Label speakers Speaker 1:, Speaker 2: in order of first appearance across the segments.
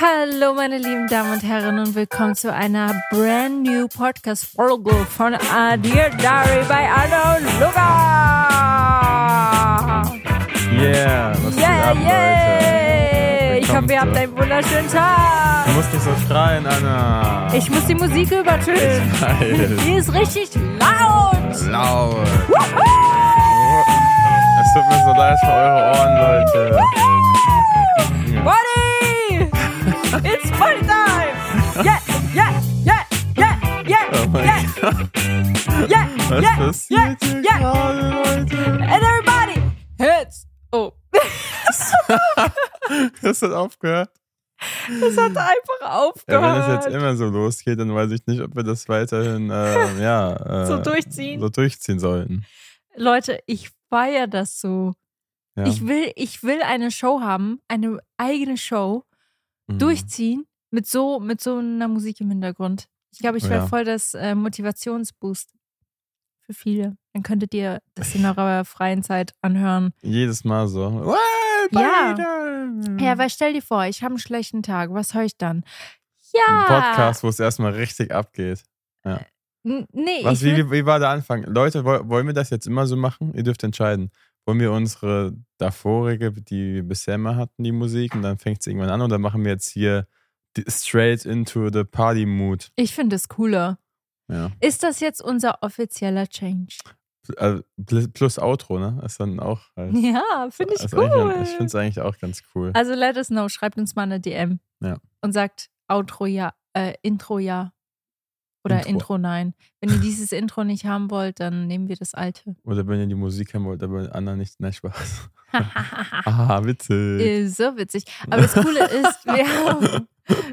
Speaker 1: Hallo, meine lieben Damen und Herren, und willkommen zu einer brand new Podcast-Folge von A Dear Diary bei Anna und Luca.
Speaker 2: Yeah, was geht
Speaker 1: Yeah,
Speaker 2: ab,
Speaker 1: yeah!
Speaker 2: Leute?
Speaker 1: Ich hoffe, ihr habt
Speaker 2: Willkommen
Speaker 1: einen wunderschönen Tag.
Speaker 2: zu- Du musst nicht so schreien, Anna.
Speaker 1: Ich muss die Musik übertönen.
Speaker 2: Geil.
Speaker 1: Die ist richtig laut.
Speaker 2: Laut. Es tut mir so leid für eure Ohren, Leute.
Speaker 1: Buddy! It's party time! Yeah, yeah, yeah, yeah, yeah,
Speaker 2: Oh mein
Speaker 1: yeah,
Speaker 2: Gott,
Speaker 1: yeah,
Speaker 2: was
Speaker 1: yeah, yeah,
Speaker 2: passiert hier
Speaker 1: yeah.
Speaker 2: gerade, Leute?
Speaker 1: And everybody, hits. Oh.
Speaker 2: Das hat aufgehört.
Speaker 1: Es hat einfach
Speaker 2: Ja,
Speaker 1: aufgehört.
Speaker 2: wenn es jetzt immer so losgeht, dann weiß ich nicht, ob wir das weiterhin äh, ja, äh,
Speaker 1: so durchziehen.
Speaker 2: so durchziehen sollten.
Speaker 1: Leute, ich feiere das so.
Speaker 2: Ja.
Speaker 1: Ich, will, ich will eine Show haben, eine eigene Show,
Speaker 2: Mhm.
Speaker 1: durchziehen mit so, mit so einer Musik im Hintergrund. Ich glaube, ich wäre
Speaker 2: Oh Ja.
Speaker 1: voll das äh, Motivationsboost für viele. Dann könntet ihr das in eurer freien Zeit anhören.
Speaker 2: Jedes Mal so. Wow,
Speaker 1: Ja.
Speaker 2: Biden!
Speaker 1: Ja, weil stell dir vor, ich habe einen schlechten Tag. Was höre ich dann?
Speaker 2: Ein
Speaker 1: Ja!
Speaker 2: Podcast, wo es erstmal richtig abgeht.
Speaker 1: N nee,
Speaker 2: Was,
Speaker 1: ich will,
Speaker 2: wie, wie war der Anfang? Leute, woll- wollen wir das jetzt immer so machen? Ihr dürft entscheiden. Wollen wir unsere davorige, die wir bisher immer hatten, die Musik, und dann fängt es irgendwann an, oder machen wir jetzt hier die- straight into the party mood?
Speaker 1: ich finde es cooler.
Speaker 2: Ja.
Speaker 1: Ist das jetzt unser offizieller Change?
Speaker 2: Also, pl- plus Outro, ne? Ist dann auch. halt-
Speaker 1: Ja, finde ich
Speaker 2: ist
Speaker 1: cool.
Speaker 2: eigentlich dann- Ich finde es eigentlich auch ganz cool.
Speaker 1: Also let us know, schreibt uns mal eine DM
Speaker 2: Ja.
Speaker 1: und sagt Outro ja, äh, Intro ja oder Intro.
Speaker 2: Intro.
Speaker 1: nein. Wenn ihr dieses Intro nicht haben wollt, dann nehmen wir das alte.
Speaker 2: Oder wenn ihr die Musik haben wollt, aber Anna nicht. Nein, Spaß. Aha,
Speaker 1: Ist
Speaker 2: witzig.
Speaker 1: Äh, so witzig. Aber das Coole ist, wir haben,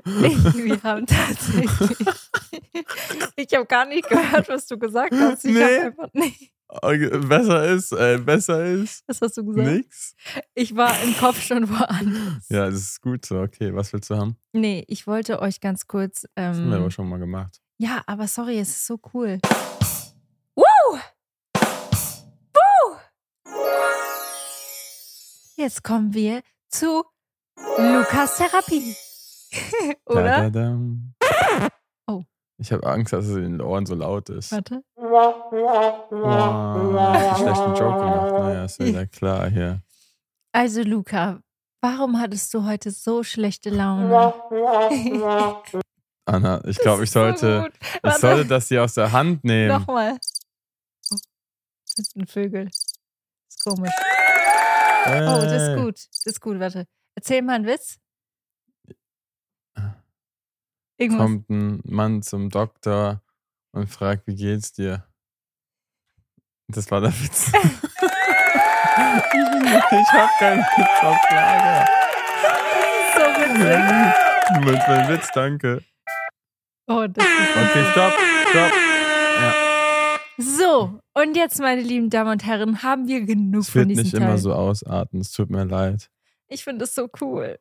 Speaker 1: wir haben tatsächlich. Ich habe gar nicht gehört, was du gesagt hast. Ich
Speaker 2: Nee.
Speaker 1: hab einfach nicht.
Speaker 2: Okay, Besser ist, äh, besser ist
Speaker 1: Was hast du gesagt?
Speaker 2: nix.
Speaker 1: Ich war im Kopf schon woanders.
Speaker 2: Ja, das ist gut so. Okay, was willst du haben?
Speaker 1: Nee, ich wollte euch ganz kurz. Ähm,
Speaker 2: Das haben wir aber schon mal gemacht.
Speaker 1: Ja, aber sorry, es ist so cool. Woo! Woo! Jetzt kommen wir zu Lukas Therapie. Oder?
Speaker 2: Da, da, da.
Speaker 1: Oh.
Speaker 2: Ich habe Angst, dass es in den Ohren so laut ist.
Speaker 1: Warte.
Speaker 2: Wow, schlechten Joke gemacht. Naja, ist ja wieder klar hier.
Speaker 1: Also, Luca, warum hattest du heute so schlechte Laune?
Speaker 2: Anna, ich glaube, ich
Speaker 1: ist so
Speaker 2: sollte,
Speaker 1: gut.
Speaker 2: ich
Speaker 1: Warte.
Speaker 2: sollte das hier aus der Hand nehmen.
Speaker 1: Nochmal. Oh, das sind Vögel. Das ist komisch. Oh, das ist
Speaker 2: Hey.
Speaker 1: gut. Das ist gut, warte. Erzähl mal einen Witz. Irgendwas.
Speaker 2: Kommt ein Mann zum Doktor und fragt, wie geht's dir? Das war der Witz. ich hab keinen Witz auf Lager.
Speaker 1: So witzig.
Speaker 2: Mit meinem Witz, danke.
Speaker 1: Oh, das ist
Speaker 2: Okay, stopp, stopp.
Speaker 1: so, und jetzt, meine lieben Damen und Herren, haben wir genug
Speaker 2: Es wird
Speaker 1: von diesem
Speaker 2: nicht
Speaker 1: Teil.
Speaker 2: immer so ausarten, es tut mir leid.
Speaker 1: Ich finde es so cool.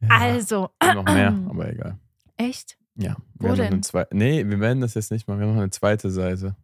Speaker 2: Ja,
Speaker 1: Also,
Speaker 2: wir haben noch mehr, aber egal.
Speaker 1: echt?
Speaker 2: Ja,
Speaker 1: Wo
Speaker 2: wir haben noch
Speaker 1: denn?
Speaker 2: eine zweite. Nee, wir werden das jetzt nicht machen. Wir haben noch eine zweite Seite.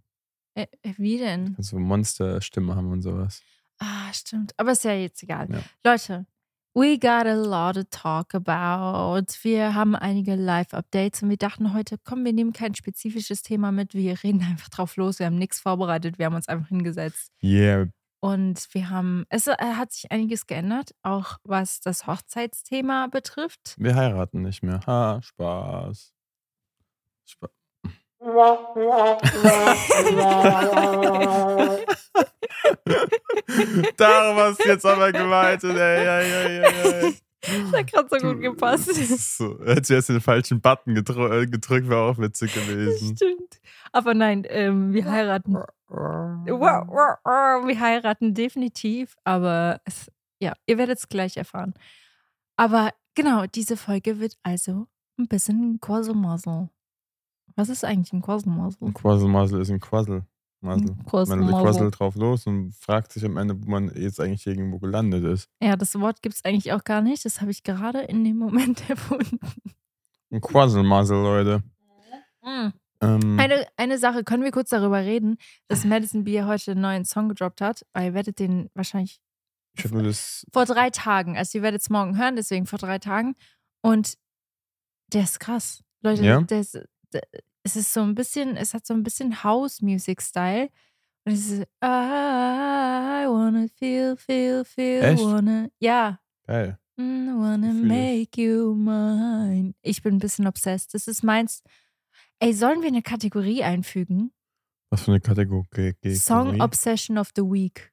Speaker 1: Äh, äh, wie denn?
Speaker 2: Also Monsterstimme haben und sowas.
Speaker 1: Ah, stimmt. Aber ist ja jetzt egal.
Speaker 2: Ja.
Speaker 1: Leute, we got a lot to talk about. Wir haben einige Live-Updates und wir dachten heute, komm, wir nehmen kein spezifisches Thema mit. Wir reden einfach drauf los. Wir haben nichts vorbereitet. Wir haben uns einfach hingesetzt.
Speaker 2: Yeah.
Speaker 1: Und wir haben, es äh, hat sich einiges geändert, auch was das Hochzeitsthema betrifft.
Speaker 2: Wir heiraten nicht mehr. Ha, Spaß. Spa Darum hast du jetzt aber geleitet. Ey, ey, ey, ey, ey.
Speaker 1: Das hat gerade so gut gepasst.
Speaker 2: Das ist So, hättest du jetzt den falschen Button gedrü äh, gedrückt, wäre auch witzig gewesen.
Speaker 1: Stimmt. Aber nein, ähm, wir heiraten. Wow, wow, wow, Wir heiraten definitiv, aber es, ja, ihr werdet es gleich erfahren. Aber genau, diese Folge wird also ein bisschen Quasselmasel. Was ist eigentlich ein Quasselmasel?
Speaker 2: Ein Quasselmasel ist ein Quassel. Masel. Man
Speaker 1: Quasselmasel.
Speaker 2: quasselt drauf los und fragt sich am Ende, wo man jetzt eigentlich irgendwo gelandet ist.
Speaker 1: Ja, das Wort gibt es eigentlich auch gar nicht. Das habe ich gerade in dem Moment erfunden.
Speaker 2: Ein Quasselmasel, Leute. Ähm,
Speaker 1: Eine, eine Sache, können wir kurz darüber reden, dass Madison Beer heute einen neuen Song gedroppt hat? Ihr werdet den wahrscheinlich
Speaker 2: ich habe nur das.
Speaker 1: vor drei Tagen, also ihr werdet es morgen hören, deswegen vor drei Tagen. Und der ist krass. Leute,
Speaker 2: Ja?
Speaker 1: der ist, der, es ist so ein bisschen, es hat so ein bisschen House-Music-Style. Und es ist I wanna feel, feel, feel,
Speaker 2: Echt?
Speaker 1: wanna, ja.
Speaker 2: Geil.
Speaker 1: Mm, wanna
Speaker 2: Fühl ich.
Speaker 1: make you mine. Ich bin ein bisschen obsessed. Das ist meins. Ey, sollen wir eine Kategorie einfügen?
Speaker 2: Was für eine Kategorie?
Speaker 1: Song Obsession of the Week.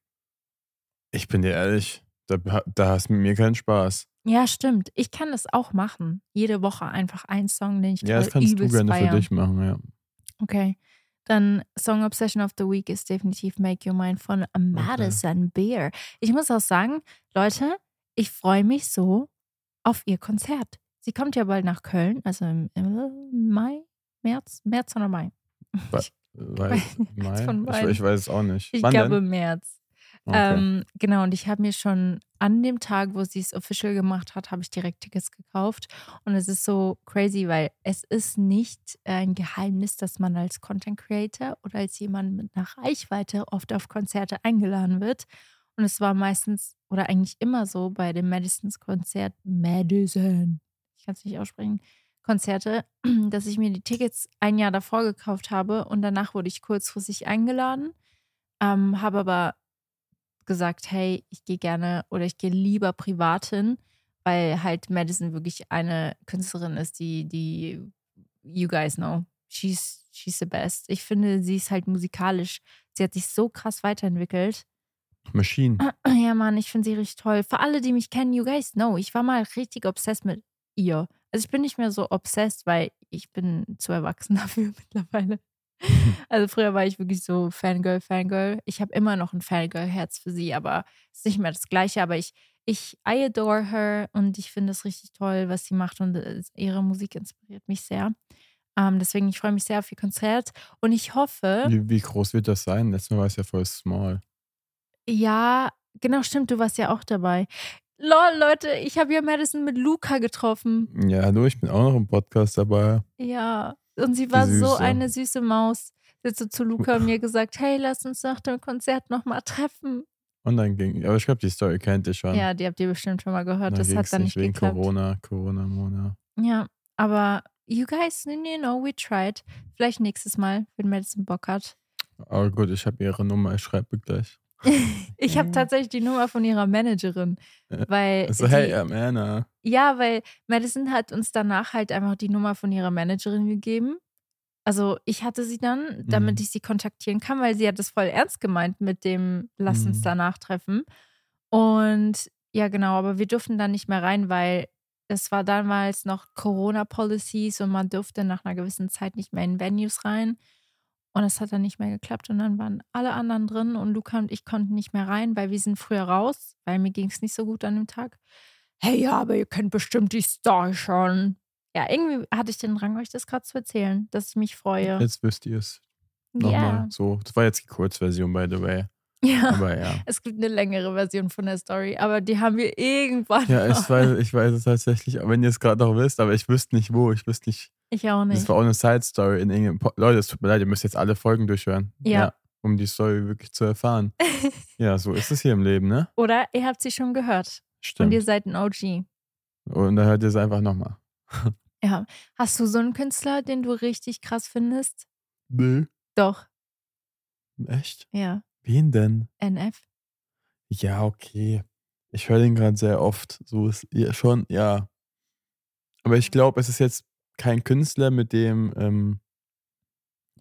Speaker 2: Ich bin dir ehrlich, da, da hast du mit mir keinen Spaß.
Speaker 1: Ja, stimmt. Ich kann das auch machen. Jede Woche einfach einen Song, den ich
Speaker 2: Ja, das
Speaker 1: toll
Speaker 2: kannst du
Speaker 1: Äh, übelst
Speaker 2: gerne
Speaker 1: feier.
Speaker 2: für dich machen, ja.
Speaker 1: Okay. Dann Song Obsession of the Week ist definitiv Make You Mine von Madison Beer. Ich muss auch sagen, Leute, ich freue mich so auf ihr Konzert. Sie kommt ja bald nach Köln, also im, im Mai, März, März oder Mai.
Speaker 2: Wa-
Speaker 1: Ich,
Speaker 2: Weil,
Speaker 1: von
Speaker 2: Mai? Ich,
Speaker 1: beiden.
Speaker 2: ich weiß es auch nicht.
Speaker 1: ich
Speaker 2: Äh, Wann
Speaker 1: glaube
Speaker 2: denn?
Speaker 1: März.
Speaker 2: Okay.
Speaker 1: Ähm, genau, und ich habe mir schon an dem Tag, wo sie es official gemacht hat, habe ich direkt Tickets gekauft. Und es ist so crazy, weil es ist nicht äh, ein Geheimnis, dass man als Content Creator oder als jemand mit einer Reichweite oft auf Konzerte eingeladen wird. Und es war meistens oder eigentlich immer so bei dem Madisons Konzert, Madison, ich kann es nicht aussprechen, Konzerte, dass ich mir die Tickets ein Jahr davor gekauft habe und danach wurde ich kurzfristig eingeladen, ähm, habe aber gesagt, hey, ich gehe gerne oder ich gehe lieber privat hin, weil halt Madison wirklich eine Künstlerin ist, die, die you guys know. She's, she's the best. Ich finde, sie ist halt musikalisch. Sie hat sich so krass weiterentwickelt.
Speaker 2: Machine.
Speaker 1: Ja, Mann, ich finde sie richtig toll. Für alle, die mich kennen, you guys know, ich war mal richtig obsessed mit ihr. Also ich bin nicht mehr so obsessed, weil ich bin zu erwachsen dafür mittlerweile. Also früher war ich wirklich so Fangirl, Fangirl. Ich habe immer noch ein Fangirl-Herz für sie, aber es ist nicht mehr das Gleiche. Aber ich, ich I adore her und ich finde es richtig toll, was sie macht und äh, ihre Musik inspiriert mich sehr. Ähm, deswegen, ich freue mich sehr auf ihr Konzert und ich hoffe,
Speaker 2: Wie, wie groß wird das sein? Letztes Mal war es ja voll small.
Speaker 1: Ja, genau, stimmt, du warst ja auch dabei. Lol, Leute, ich habe ja Madison mit Luca getroffen.
Speaker 2: Ja, hallo, ich bin auch noch im Podcast dabei.
Speaker 1: Ja, und sie war so
Speaker 2: Süße.
Speaker 1: eine süße Maus. Sie hat so zu Luca und mir gesagt, hey, lass uns nach dem Konzert nochmal treffen.
Speaker 2: Und dann ging. Aber ich glaube, die Story kennt ihr schon.
Speaker 1: Ja, die habt ihr bestimmt schon mal gehört.
Speaker 2: Dann
Speaker 1: das
Speaker 2: ging's
Speaker 1: hat dann nicht,
Speaker 2: wegen
Speaker 1: geklappt.
Speaker 2: Corona, Corona, Mona.
Speaker 1: Ja, aber you guys, you know, we tried. Vielleicht nächstes Mal, wenn Madison Bock hat.
Speaker 2: Aber gut, ich habe ihre Nummer, ich schreibe gleich.
Speaker 1: Ich habe tatsächlich die Nummer von ihrer Managerin,
Speaker 2: Ja.
Speaker 1: weil
Speaker 2: Äh, So,
Speaker 1: Äh, die,
Speaker 2: Also, hey, Amanda.
Speaker 1: ja, weil Madison hat uns danach halt einfach die Nummer von ihrer Managerin gegeben. Also ich hatte sie dann, damit
Speaker 2: Mhm.
Speaker 1: ich sie kontaktieren kann, weil sie hat es voll ernst gemeint mit dem Lass uns
Speaker 2: Mhm.
Speaker 1: danach treffen. Und ja, genau, aber wir durften dann nicht mehr rein, weil es war damals noch Corona-Policies und man durfte nach einer gewissen Zeit nicht mehr in Venues rein. Und das hat dann nicht mehr geklappt. Und dann waren alle anderen drin und Luca und ich konnten nicht mehr rein, weil wir sind früher raus, weil mir ging es nicht so gut an dem Tag. Hey, ja, aber ihr kennt bestimmt die Story schon. Ja, irgendwie hatte ich den Drang, euch das gerade zu erzählen, dass ich mich freue.
Speaker 2: Jetzt wisst ihr es. Nochmal.
Speaker 1: Ja.
Speaker 2: So, das war jetzt die Kurzversion, by the way.
Speaker 1: ja.
Speaker 2: Aber ja.
Speaker 1: Es gibt eine längere Version von der Story, aber die haben wir irgendwann.
Speaker 2: Ja, ich
Speaker 1: noch.
Speaker 2: weiß, ich weiß es tatsächlich, aber wenn ihr es gerade noch wisst, aber ich wüsste nicht wo, ich wüsste nicht.
Speaker 1: ich auch
Speaker 2: Das
Speaker 1: nicht.
Speaker 2: war auch eine Side-Story in irgendeinem Po- Leute, es tut mir leid, ihr müsst jetzt alle Folgen durchhören.
Speaker 1: Ja.
Speaker 2: um die Story wirklich zu erfahren. ja, so ist es hier im Leben, ne?
Speaker 1: Oder ihr habt sie schon gehört und ihr
Speaker 2: Stimmt.
Speaker 1: seid ein OG.
Speaker 2: Und, dann hört ihr es einfach nochmal.
Speaker 1: Ja. Hast du so einen Künstler, den du richtig krass findest?
Speaker 2: Nö.
Speaker 1: Doch,
Speaker 2: Echt?
Speaker 1: ja.
Speaker 2: Wen denn?
Speaker 1: NF.
Speaker 2: Ja, okay. Ich höre den gerade sehr oft. So ist ja schon, ja. Aber ich glaube, es ist jetzt kein Künstler, mit dem ähm,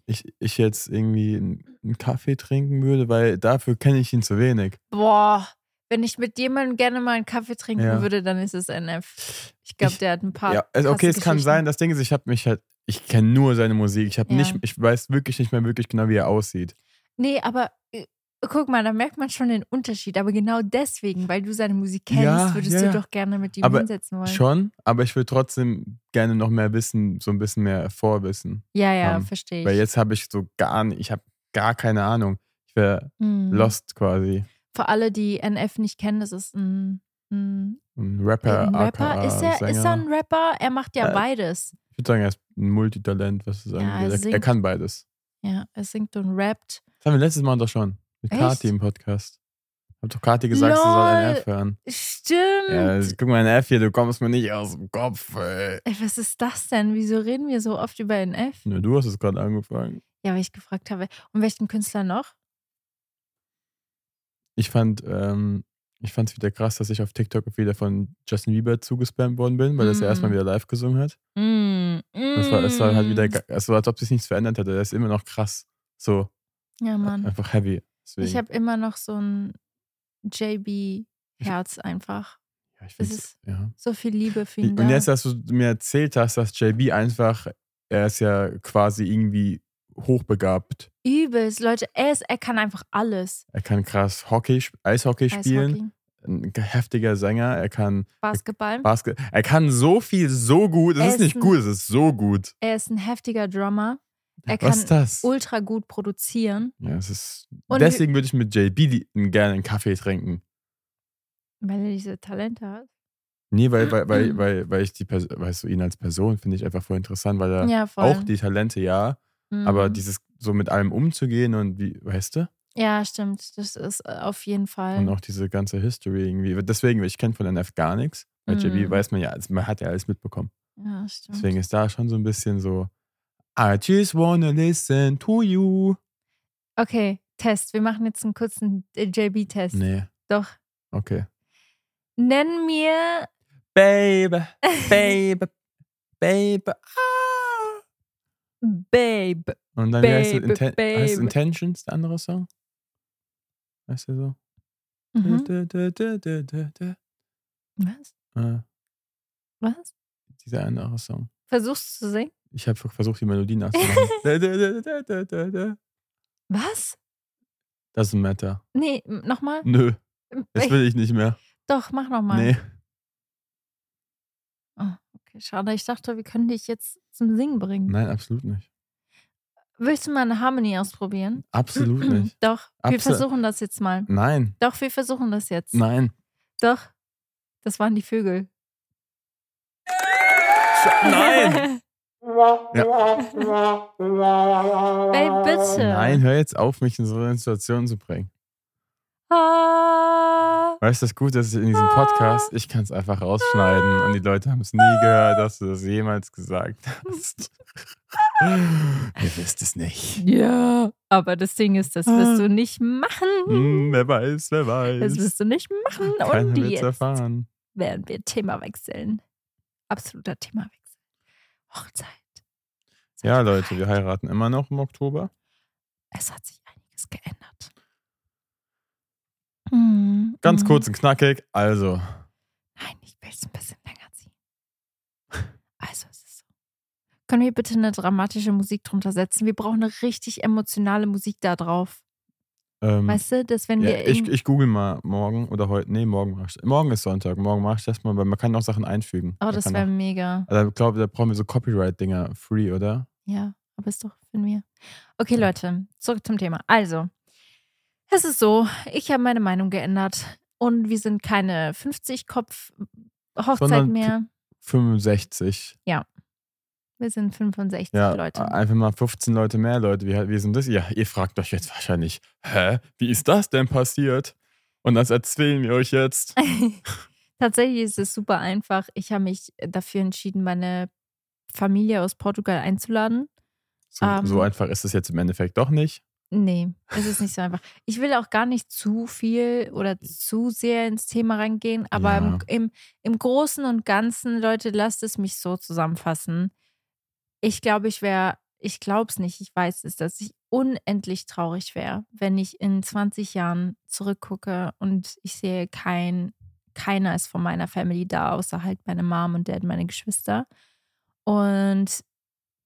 Speaker 2: ich, ich jetzt irgendwie einen einen Kaffee trinken würde, weil dafür kenne ich ihn zu wenig.
Speaker 1: Boah, wenn ich mit jemandem gerne mal einen Kaffee trinken
Speaker 2: Ja.
Speaker 1: würde, dann ist es NF. Ich glaube,
Speaker 2: Ich-
Speaker 1: der hat ein paar.
Speaker 2: Ja, also okay,
Speaker 1: krasse
Speaker 2: es kann sein.
Speaker 1: Geschichten.
Speaker 2: Das Ding ist, ich habe mich halt, ich kenne nur seine Musik. Ich habe
Speaker 1: Ja.
Speaker 2: nicht, ich weiß wirklich nicht mehr wirklich genau, wie er aussieht.
Speaker 1: Nee, aber äh, guck mal, da merkt man schon den Unterschied. Aber genau deswegen, weil du seine Musik kennst,
Speaker 2: Ja,
Speaker 1: würdest
Speaker 2: ja,
Speaker 1: du
Speaker 2: ja.
Speaker 1: doch gerne mit ihm
Speaker 2: Aber
Speaker 1: hinsetzen wollen.
Speaker 2: Schon, aber ich will trotzdem gerne noch mehr wissen, so ein bisschen mehr Vorwissen.
Speaker 1: ja, ja,
Speaker 2: haben.
Speaker 1: verstehe
Speaker 2: Weil
Speaker 1: ich.
Speaker 2: jetzt habe ich so gar, nicht- ich habe gar keine Ahnung. Ich wäre
Speaker 1: Mhm.
Speaker 2: lost quasi.
Speaker 1: Für alle, die NF nicht kennen, das ist ein, ein,
Speaker 2: Ein Rapper,
Speaker 1: ein Rapper.
Speaker 2: aka
Speaker 1: Ist er, ist er
Speaker 2: Sänger.
Speaker 1: ein Rapper? Er macht ja
Speaker 2: Äh,
Speaker 1: beides.
Speaker 2: Ich würde sagen, er ist ein Multitalent, was es
Speaker 1: Ja, er
Speaker 2: angeht. Er, er
Speaker 1: singt.
Speaker 2: kann beides.
Speaker 1: Ja, er singt und rappt.
Speaker 2: Das haben wir letztes Mal doch schon. Mit
Speaker 1: Echt?
Speaker 2: Kati im Podcast. Hab doch Kati gesagt, sie soll ein
Speaker 1: Lol.
Speaker 2: F hören.
Speaker 1: Stimmt.
Speaker 2: Ja, also, guck mal, ein F hier, du kommst mir nicht aus dem Kopf, ey.
Speaker 1: Ey, was ist das denn? Wieso reden wir so oft über NF?
Speaker 2: Ne, du hast es gerade angefangen.
Speaker 1: Ja, weil ich gefragt habe. Und welchen Künstler noch?
Speaker 2: Ich fand, ähm, ich fand es wieder krass, dass ich auf TikTok wieder von Justin Bieber zugespammt worden bin, weil das er
Speaker 1: Mm.
Speaker 2: erstmal wieder live gesungen hat.
Speaker 1: Mm,
Speaker 2: Das war, es war halt
Speaker 1: mm.
Speaker 2: wieder, ge- es war, als ob sich nichts verändert hätte. Er ist immer noch krass. So,
Speaker 1: Ja, Mann.
Speaker 2: einfach heavy. Deswegen.
Speaker 1: Ich habe immer noch so ein JB-Herz einfach.
Speaker 2: ja, ich
Speaker 1: Es
Speaker 2: find's-
Speaker 1: ist
Speaker 2: ja.
Speaker 1: So viel Liebe für ihn.
Speaker 2: Und
Speaker 1: da.
Speaker 2: jetzt, dass du mir erzählt hast, dass JB einfach, er ist ja quasi irgendwie hochbegabt.
Speaker 1: Übelst, Leute. Er, ist, er kann einfach alles.
Speaker 2: Er kann krass Hockey, sp- Eishockey spielen,
Speaker 1: Eishockey,
Speaker 2: ein heftiger Sänger, er kann
Speaker 1: Basketball.
Speaker 2: Basketball. Er kann so viel, so gut. Es ist nicht
Speaker 1: Essen.
Speaker 2: gut, es ist so gut.
Speaker 1: Er ist ein heftiger Drummer. Er
Speaker 2: Was
Speaker 1: kann
Speaker 2: ist das?
Speaker 1: ultra gut produzieren.
Speaker 2: Ja, es ist.
Speaker 1: Und
Speaker 2: deswegen würde ich mit JB die- gerne einen Kaffee trinken.
Speaker 1: Weil er diese Talente hat.
Speaker 2: Nee, weil, weil,
Speaker 1: Mm.
Speaker 2: weil, weil, weil ich die Pers weißt du, ihn als Person finde ich einfach voll interessant, weil er
Speaker 1: Ja, voll.
Speaker 2: auch die Talente, ja,
Speaker 1: Mhm.
Speaker 2: aber dieses so mit allem umzugehen und wie, weißt du?
Speaker 1: Ja, stimmt. Das ist äh, auf jeden Fall.
Speaker 2: Und auch diese ganze History irgendwie. Deswegen, ich kenne von NF gar nichts. Bei JB
Speaker 1: Mhm.
Speaker 2: weiß man ja, also man hat ja alles mitbekommen.
Speaker 1: ja, stimmt.
Speaker 2: Deswegen ist da schon so ein bisschen so, I just wanna listen to you.
Speaker 1: Okay, Test. Wir machen jetzt einen kurzen äh, JB-Test.
Speaker 2: Nee,
Speaker 1: Doch.
Speaker 2: okay.
Speaker 1: Nenn mir.
Speaker 2: Baby, baby, baby. Ah.
Speaker 1: Babe.
Speaker 2: Und dann wie heißt,
Speaker 1: Baby,
Speaker 2: es Inten heißt
Speaker 1: baby.
Speaker 2: Intentions, der andere Song? Weißt du so?
Speaker 1: Mhm.
Speaker 2: Du, du, du, du, du, du.
Speaker 1: Was?
Speaker 2: Ah,
Speaker 1: Was?
Speaker 2: dieser andere Song.
Speaker 1: Versuchst du zu singen?
Speaker 2: Ich habe versucht, die Melodie nachzumachen. Du, du, du, du, du, du, du.
Speaker 1: Was?
Speaker 2: Doesn't matter.
Speaker 1: Nee, m- nochmal.
Speaker 2: Nö, das will ich nicht mehr.
Speaker 1: Doch, mach nochmal.
Speaker 2: Nee.
Speaker 1: Okay, schade, ich dachte, wir können dich jetzt zum Singen bringen.
Speaker 2: Nein, absolut nicht.
Speaker 1: Willst du mal eine Harmony ausprobieren?
Speaker 2: Absolut nicht.
Speaker 1: Doch, wir
Speaker 2: Absol-
Speaker 1: versuchen das jetzt mal.
Speaker 2: Nein,
Speaker 1: Doch, wir versuchen das jetzt.
Speaker 2: nein.
Speaker 1: Doch, das waren die Vögel.
Speaker 2: Nein!
Speaker 1: Ey, bitte.
Speaker 2: Nein, hör jetzt auf, mich in so eine Situation zu bringen.
Speaker 1: Ah,
Speaker 2: Weißt du, das Gute ist in diesem Podcast, ich kann es einfach rausschneiden und die Leute haben es nie gehört, dass du das jemals gesagt hast. Ihr wisst es nicht.
Speaker 1: ja. Aber das Ding ist, das wirst
Speaker 2: Ah.
Speaker 1: du nicht machen.
Speaker 2: Hm, wer weiß, wer
Speaker 1: Das wirst
Speaker 2: weiß.
Speaker 1: du nicht machen.
Speaker 2: Keiner
Speaker 1: Und
Speaker 2: wird es
Speaker 1: jetzt
Speaker 2: erfahren.
Speaker 1: werden wir Thema wechseln. Absoluter Themawechsel. Hochzeit. Seid
Speaker 2: Ja,
Speaker 1: ihr
Speaker 2: Leute, wir
Speaker 1: bereit?
Speaker 2: heiraten immer noch im Oktober.
Speaker 1: Es hat sich einiges geändert. Hm,
Speaker 2: Ganz
Speaker 1: hm.
Speaker 2: kurz und knackig. Also,
Speaker 1: Nein, ich will es ein bisschen länger ziehen. Also es ist so. Können wir bitte eine dramatische Musik drunter setzen? Wir brauchen eine richtig emotionale Musik da drauf.
Speaker 2: ähm,
Speaker 1: Weißt du, dass wenn
Speaker 2: ja,
Speaker 1: wir
Speaker 2: ich,
Speaker 1: irgend-
Speaker 2: ich google mal morgen oder heute. Nee, morgen mach ich Morgen ist Sonntag. Morgen mach ich das mal, weil man kann auch Sachen einfügen.
Speaker 1: Oh,
Speaker 2: Man
Speaker 1: das
Speaker 2: kann
Speaker 1: wäre
Speaker 2: auch-
Speaker 1: mega.
Speaker 2: also, ich glaube, da brauchen wir so Copyright-Dinger free, oder?
Speaker 1: Ja, aber ist doch von mir. Okay, Leute, zurück zum Thema. Also, es ist so, ich habe meine Meinung geändert und wir sind keine 50-Kopf-Hochzeit
Speaker 2: Sondern
Speaker 1: mehr.
Speaker 2: 65.
Speaker 1: Wir sind 65
Speaker 2: Ja,
Speaker 1: Leute.
Speaker 2: einfach mal 15 Leute mehr, Leute. Wie, wie sind das? Ja, ihr fragt euch jetzt wahrscheinlich, hä, wie ist das denn passiert? Und das erzählen wir euch jetzt.
Speaker 1: Tatsächlich ist es super einfach. Ich habe mich dafür entschieden, meine Familie aus Portugal einzuladen.
Speaker 2: So,
Speaker 1: Ähm.
Speaker 2: so einfach ist es jetzt im Endeffekt doch nicht.
Speaker 1: Nee, es ist nicht so einfach. Ich will auch gar nicht zu viel oder zu sehr ins Thema reingehen, aber im,
Speaker 2: Ja.
Speaker 1: im, im Großen und Ganzen, Leute, lasst es mich so zusammenfassen. Ich glaube, ich wäre, ich glaube es nicht, ich weiß es, dass ich unendlich traurig wäre, wenn ich in 20 Jahren zurückgucke und ich sehe kein, keiner ist von meiner Family da, außer halt meine Mom und Dad, meine Geschwister. Und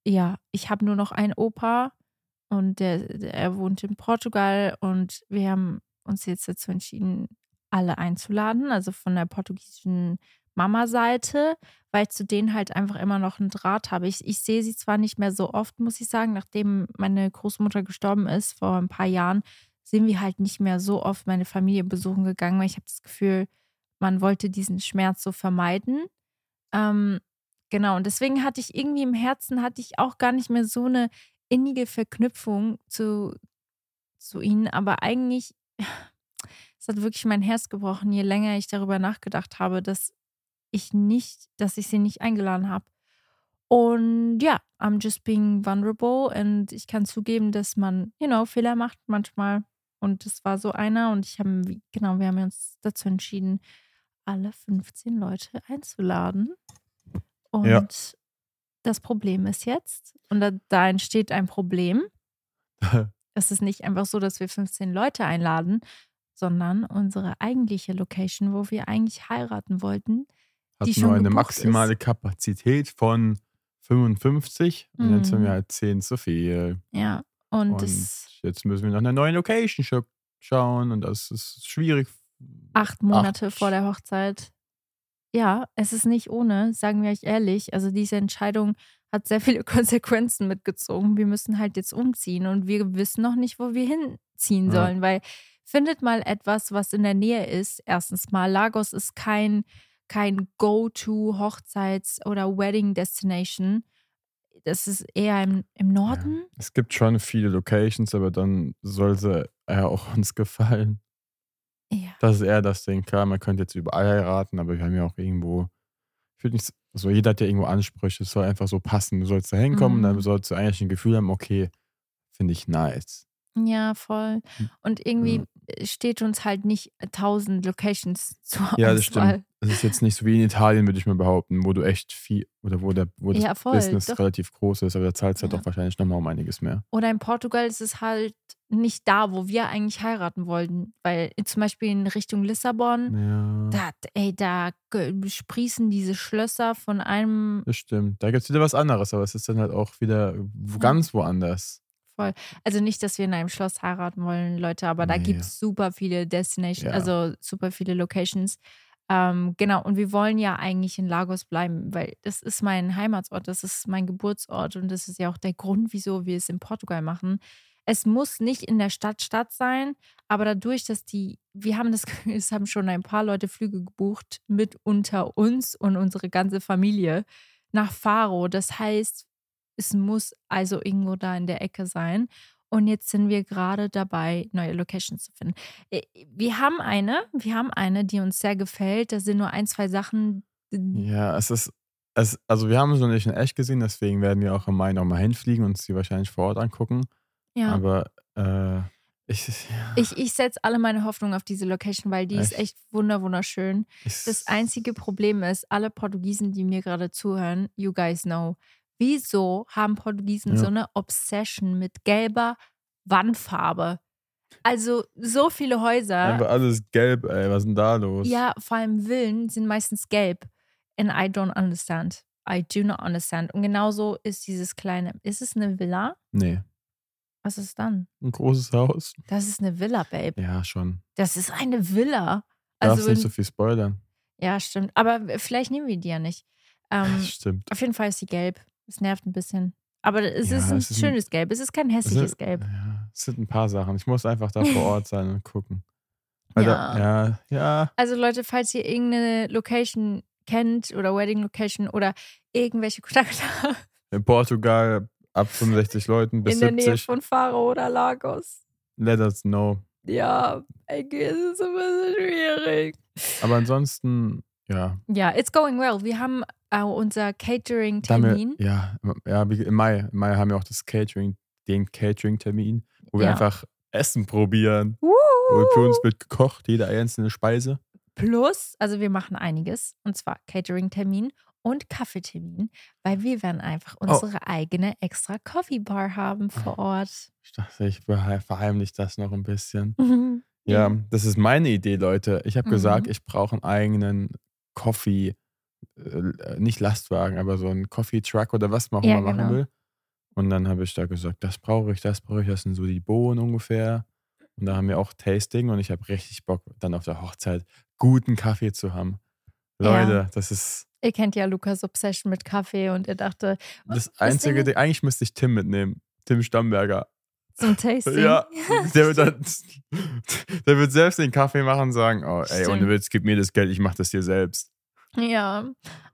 Speaker 1: ja, ich habe nur noch einen Opa und der, der, er wohnt in Portugal und wir haben uns jetzt dazu entschieden, alle einzuladen, also von der portugiesischen Mama-Seite, weil ich zu denen halt einfach immer noch einen Draht habe. Ich, ich sehe sie zwar nicht mehr so oft, muss ich sagen, nachdem meine Großmutter gestorben ist vor ein paar Jahren, sind wir halt nicht mehr so oft meine Familie besuchen gegangen, weil ich habe das Gefühl, man wollte diesen Schmerz so vermeiden. Ähm, genau, und deswegen hatte ich irgendwie im Herzen, hatte ich auch gar nicht mehr so eine innige Verknüpfung zu, zu ihnen, aber eigentlich, es hat wirklich mein Herz gebrochen, je länger ich darüber nachgedacht habe, dass ich nicht, dass ich sie nicht eingeladen habe. Und ja, I'm just being vulnerable und ich kann zugeben, dass man, you know, Fehler macht manchmal. Und das war so einer und ich habe, genau, wir haben uns dazu entschieden, alle 15 Leute einzuladen. Und
Speaker 2: Ja.
Speaker 1: das Problem ist jetzt, und da, da entsteht ein Problem, es ist nicht einfach so, dass wir 15 Leute einladen, sondern unsere eigentliche Location, wo wir eigentlich heiraten wollten.
Speaker 2: Hat
Speaker 1: Die schon
Speaker 2: nur eine
Speaker 1: gebucht
Speaker 2: maximale Kapazität von 55. Und jetzt
Speaker 1: Mhm.
Speaker 2: haben wir halt 10 zu viel.
Speaker 1: Ja, und,
Speaker 2: Und
Speaker 1: es
Speaker 2: jetzt müssen wir nach einer neuen Location scha- schauen. Und das ist schwierig.
Speaker 1: acht Monate
Speaker 2: Acht.
Speaker 1: vor der Hochzeit. Ja, es ist nicht ohne, sagen wir euch ehrlich. Also diese Entscheidung hat sehr viele Konsequenzen mitgezogen. Wir müssen halt jetzt umziehen und wir wissen noch nicht, wo wir hinziehen
Speaker 2: Ja.
Speaker 1: sollen, weil findet mal etwas, was in der Nähe ist. Erstens mal, Lagos ist kein, kein Go-to-Hochzeits- oder Wedding-Destination. Das ist eher im, im Norden.
Speaker 2: Es gibt schon viele Locations, aber dann soll sie ja auch uns gefallen.
Speaker 1: Ja.
Speaker 2: Das ist eher das Ding. Klar, man könnte jetzt überall heiraten, aber wir haben ja auch irgendwo. Ich würde nicht so, jeder hat ja irgendwo Ansprüche. Es soll einfach so passen. Du sollst da hinkommen,
Speaker 1: Mhm.
Speaker 2: dann sollst du eigentlich ein Gefühl haben, okay, finde ich nice.
Speaker 1: Ja, voll.
Speaker 2: Hm.
Speaker 1: Und irgendwie äh, steht uns halt nicht tausend Locations zur
Speaker 2: Ja, das
Speaker 1: Auswahl.
Speaker 2: stimmt. Es ist jetzt nicht so wie in Italien, würde ich mal behaupten, wo du echt viel oder wo, der, wo das
Speaker 1: Ja, voll,
Speaker 2: Business
Speaker 1: doch.
Speaker 2: relativ groß ist, aber da zahlst du halt
Speaker 1: Ja.
Speaker 2: doch wahrscheinlich nochmal um einiges mehr.
Speaker 1: Oder in Portugal ist es halt nicht da, wo wir eigentlich heiraten wollten. Weil äh, zum Beispiel in Richtung Lissabon,
Speaker 2: Ja.
Speaker 1: Mhm. da, ey, da ge- sprießen diese Schlösser von einem.
Speaker 2: Das stimmt. Da gibt es wieder was anderes, aber es ist dann halt auch wieder wo- ganz woanders.
Speaker 1: Also nicht, dass wir in einem Schloss heiraten wollen, Leute, aber da
Speaker 2: Nee.
Speaker 1: gibt es super viele Destinations,
Speaker 2: Ja.
Speaker 1: also super viele Locations. Ähm, genau, und wir wollen ja eigentlich in Lagos bleiben, weil das ist mein Heimatsort, das ist mein Geburtsort und das ist ja auch der Grund, wieso wir es in Portugal machen. Es muss nicht in der Stadt Stadt sein, aber dadurch, dass die, wir haben das, Gefühl, es haben schon ein paar Leute Flüge gebucht mit unter uns und unsere ganze Familie nach Faro. Das heißt, es muss also irgendwo da in der Ecke sein. Und jetzt sind wir gerade dabei, neue Locations zu finden. Äh, Wir haben eine, wir haben eine, die uns sehr gefällt. Da sind nur ein, zwei Sachen.
Speaker 2: Ja, es ist. Es, also, wir haben es noch nicht in echt gesehen, deswegen werden wir auch im Mai nochmal hinfliegen und sie wahrscheinlich vor Ort angucken.
Speaker 1: Ja.
Speaker 2: Aber äh, ich, ja,
Speaker 1: ich ich setze alle meine Hoffnung auf diese Location, weil die ist
Speaker 2: Echt?
Speaker 1: echt wunder wunderschön.
Speaker 2: ich-
Speaker 1: Das einzige Problem ist, alle Portugiesen, die mir gerade zuhören, you guys know, wieso haben Portugiesen
Speaker 2: Ja.
Speaker 1: so eine Obsession mit gelber Wandfarbe? Also so viele Häuser,
Speaker 2: Einfach alles gelb, ey. Was ist denn da los?
Speaker 1: ja, vor allem Villen sind meistens gelb. And I don't understand. I do not understand. Und genauso ist dieses kleine, ist es eine Villa?
Speaker 2: Nee.
Speaker 1: Was ist dann?
Speaker 2: Ein großes Haus.
Speaker 1: Das ist eine Villa, Babe.
Speaker 2: Ja, schon.
Speaker 1: Das ist eine Villa.
Speaker 2: Darfst
Speaker 1: Also,
Speaker 2: nicht so viel spoilern.
Speaker 1: ja, stimmt. Aber vielleicht nehmen wir die ja nicht. Ähm,
Speaker 2: Das stimmt.
Speaker 1: Auf jeden Fall ist sie gelb. Es nervt ein bisschen. Aber es
Speaker 2: Ja,
Speaker 1: ist ein
Speaker 2: es ist ein-
Speaker 1: schönes Gelb. Es ist kein
Speaker 2: Es
Speaker 1: hässliches
Speaker 2: sind-
Speaker 1: Gelb.
Speaker 2: Ja, es sind ein paar Sachen. Ich muss einfach da vor Ort sein und gucken. Weil Da, ja, ja.
Speaker 1: Also Leute, falls ihr irgendeine Location kennt oder Wedding Location oder irgendwelche Kontakte habt
Speaker 2: In Portugal ab 65 Leuten bis
Speaker 1: in der Nähe
Speaker 2: 70.
Speaker 1: von Faro oder Lagos.
Speaker 2: Let us know.
Speaker 1: Ja, irgendwie ist es ein bisschen schwierig.
Speaker 2: Aber ansonsten, ja.
Speaker 1: Ja, it's going well. Wir haben äh, unser
Speaker 2: da haben
Speaker 1: Catering-Termin.
Speaker 2: Wir, ja, ja, wie- im Mai. Im Mai haben wir auch das Catering, den Catering-Termin, wo wir
Speaker 1: Ja.
Speaker 2: einfach Essen probieren. Und für
Speaker 1: Woo!
Speaker 2: uns wird gekocht, jede einzelne Speise.
Speaker 1: Plus, also wir machen einiges, und zwar Catering-Termin und Kaffeetermin, weil wir werden einfach
Speaker 2: Oh.
Speaker 1: unsere eigene extra Coffee Bar haben
Speaker 2: Ah.
Speaker 1: vor Ort.
Speaker 2: Ich dachte, ich behe- verheimliche das noch ein bisschen.
Speaker 1: Mhm.
Speaker 2: Ja, das ist meine Idee, Leute. Ich habe
Speaker 1: Mhm.
Speaker 2: gesagt, ich brauche einen eigenen Coffee, äh, nicht Lastwagen, aber so einen Coffee Truck oder was man auch
Speaker 1: Ja,
Speaker 2: immer machen
Speaker 1: genau.
Speaker 2: will. Und dann habe ich da gesagt, das brauche ich, das brauche ich, das sind so die Bohnen ungefähr. Und da haben wir auch Tasting und ich habe richtig Bock, dann auf der Hochzeit guten Kaffee zu haben.
Speaker 1: Ja.
Speaker 2: Leute, das ist
Speaker 1: Ihr kennt ja Lukas Obsession mit Kaffee und er dachte
Speaker 2: das
Speaker 1: Ding
Speaker 2: einzige,
Speaker 1: ist-
Speaker 2: Ding, eigentlich müsste ich Tim mitnehmen. Tim Stammberger.
Speaker 1: zum Tasting.
Speaker 2: Ja, der wird, dann, der wird selbst den Kaffee machen und sagen, oh, ey,
Speaker 1: Stimmt.
Speaker 2: ohne Witz, gib mir das Geld, ich mach das dir selbst.
Speaker 1: ja.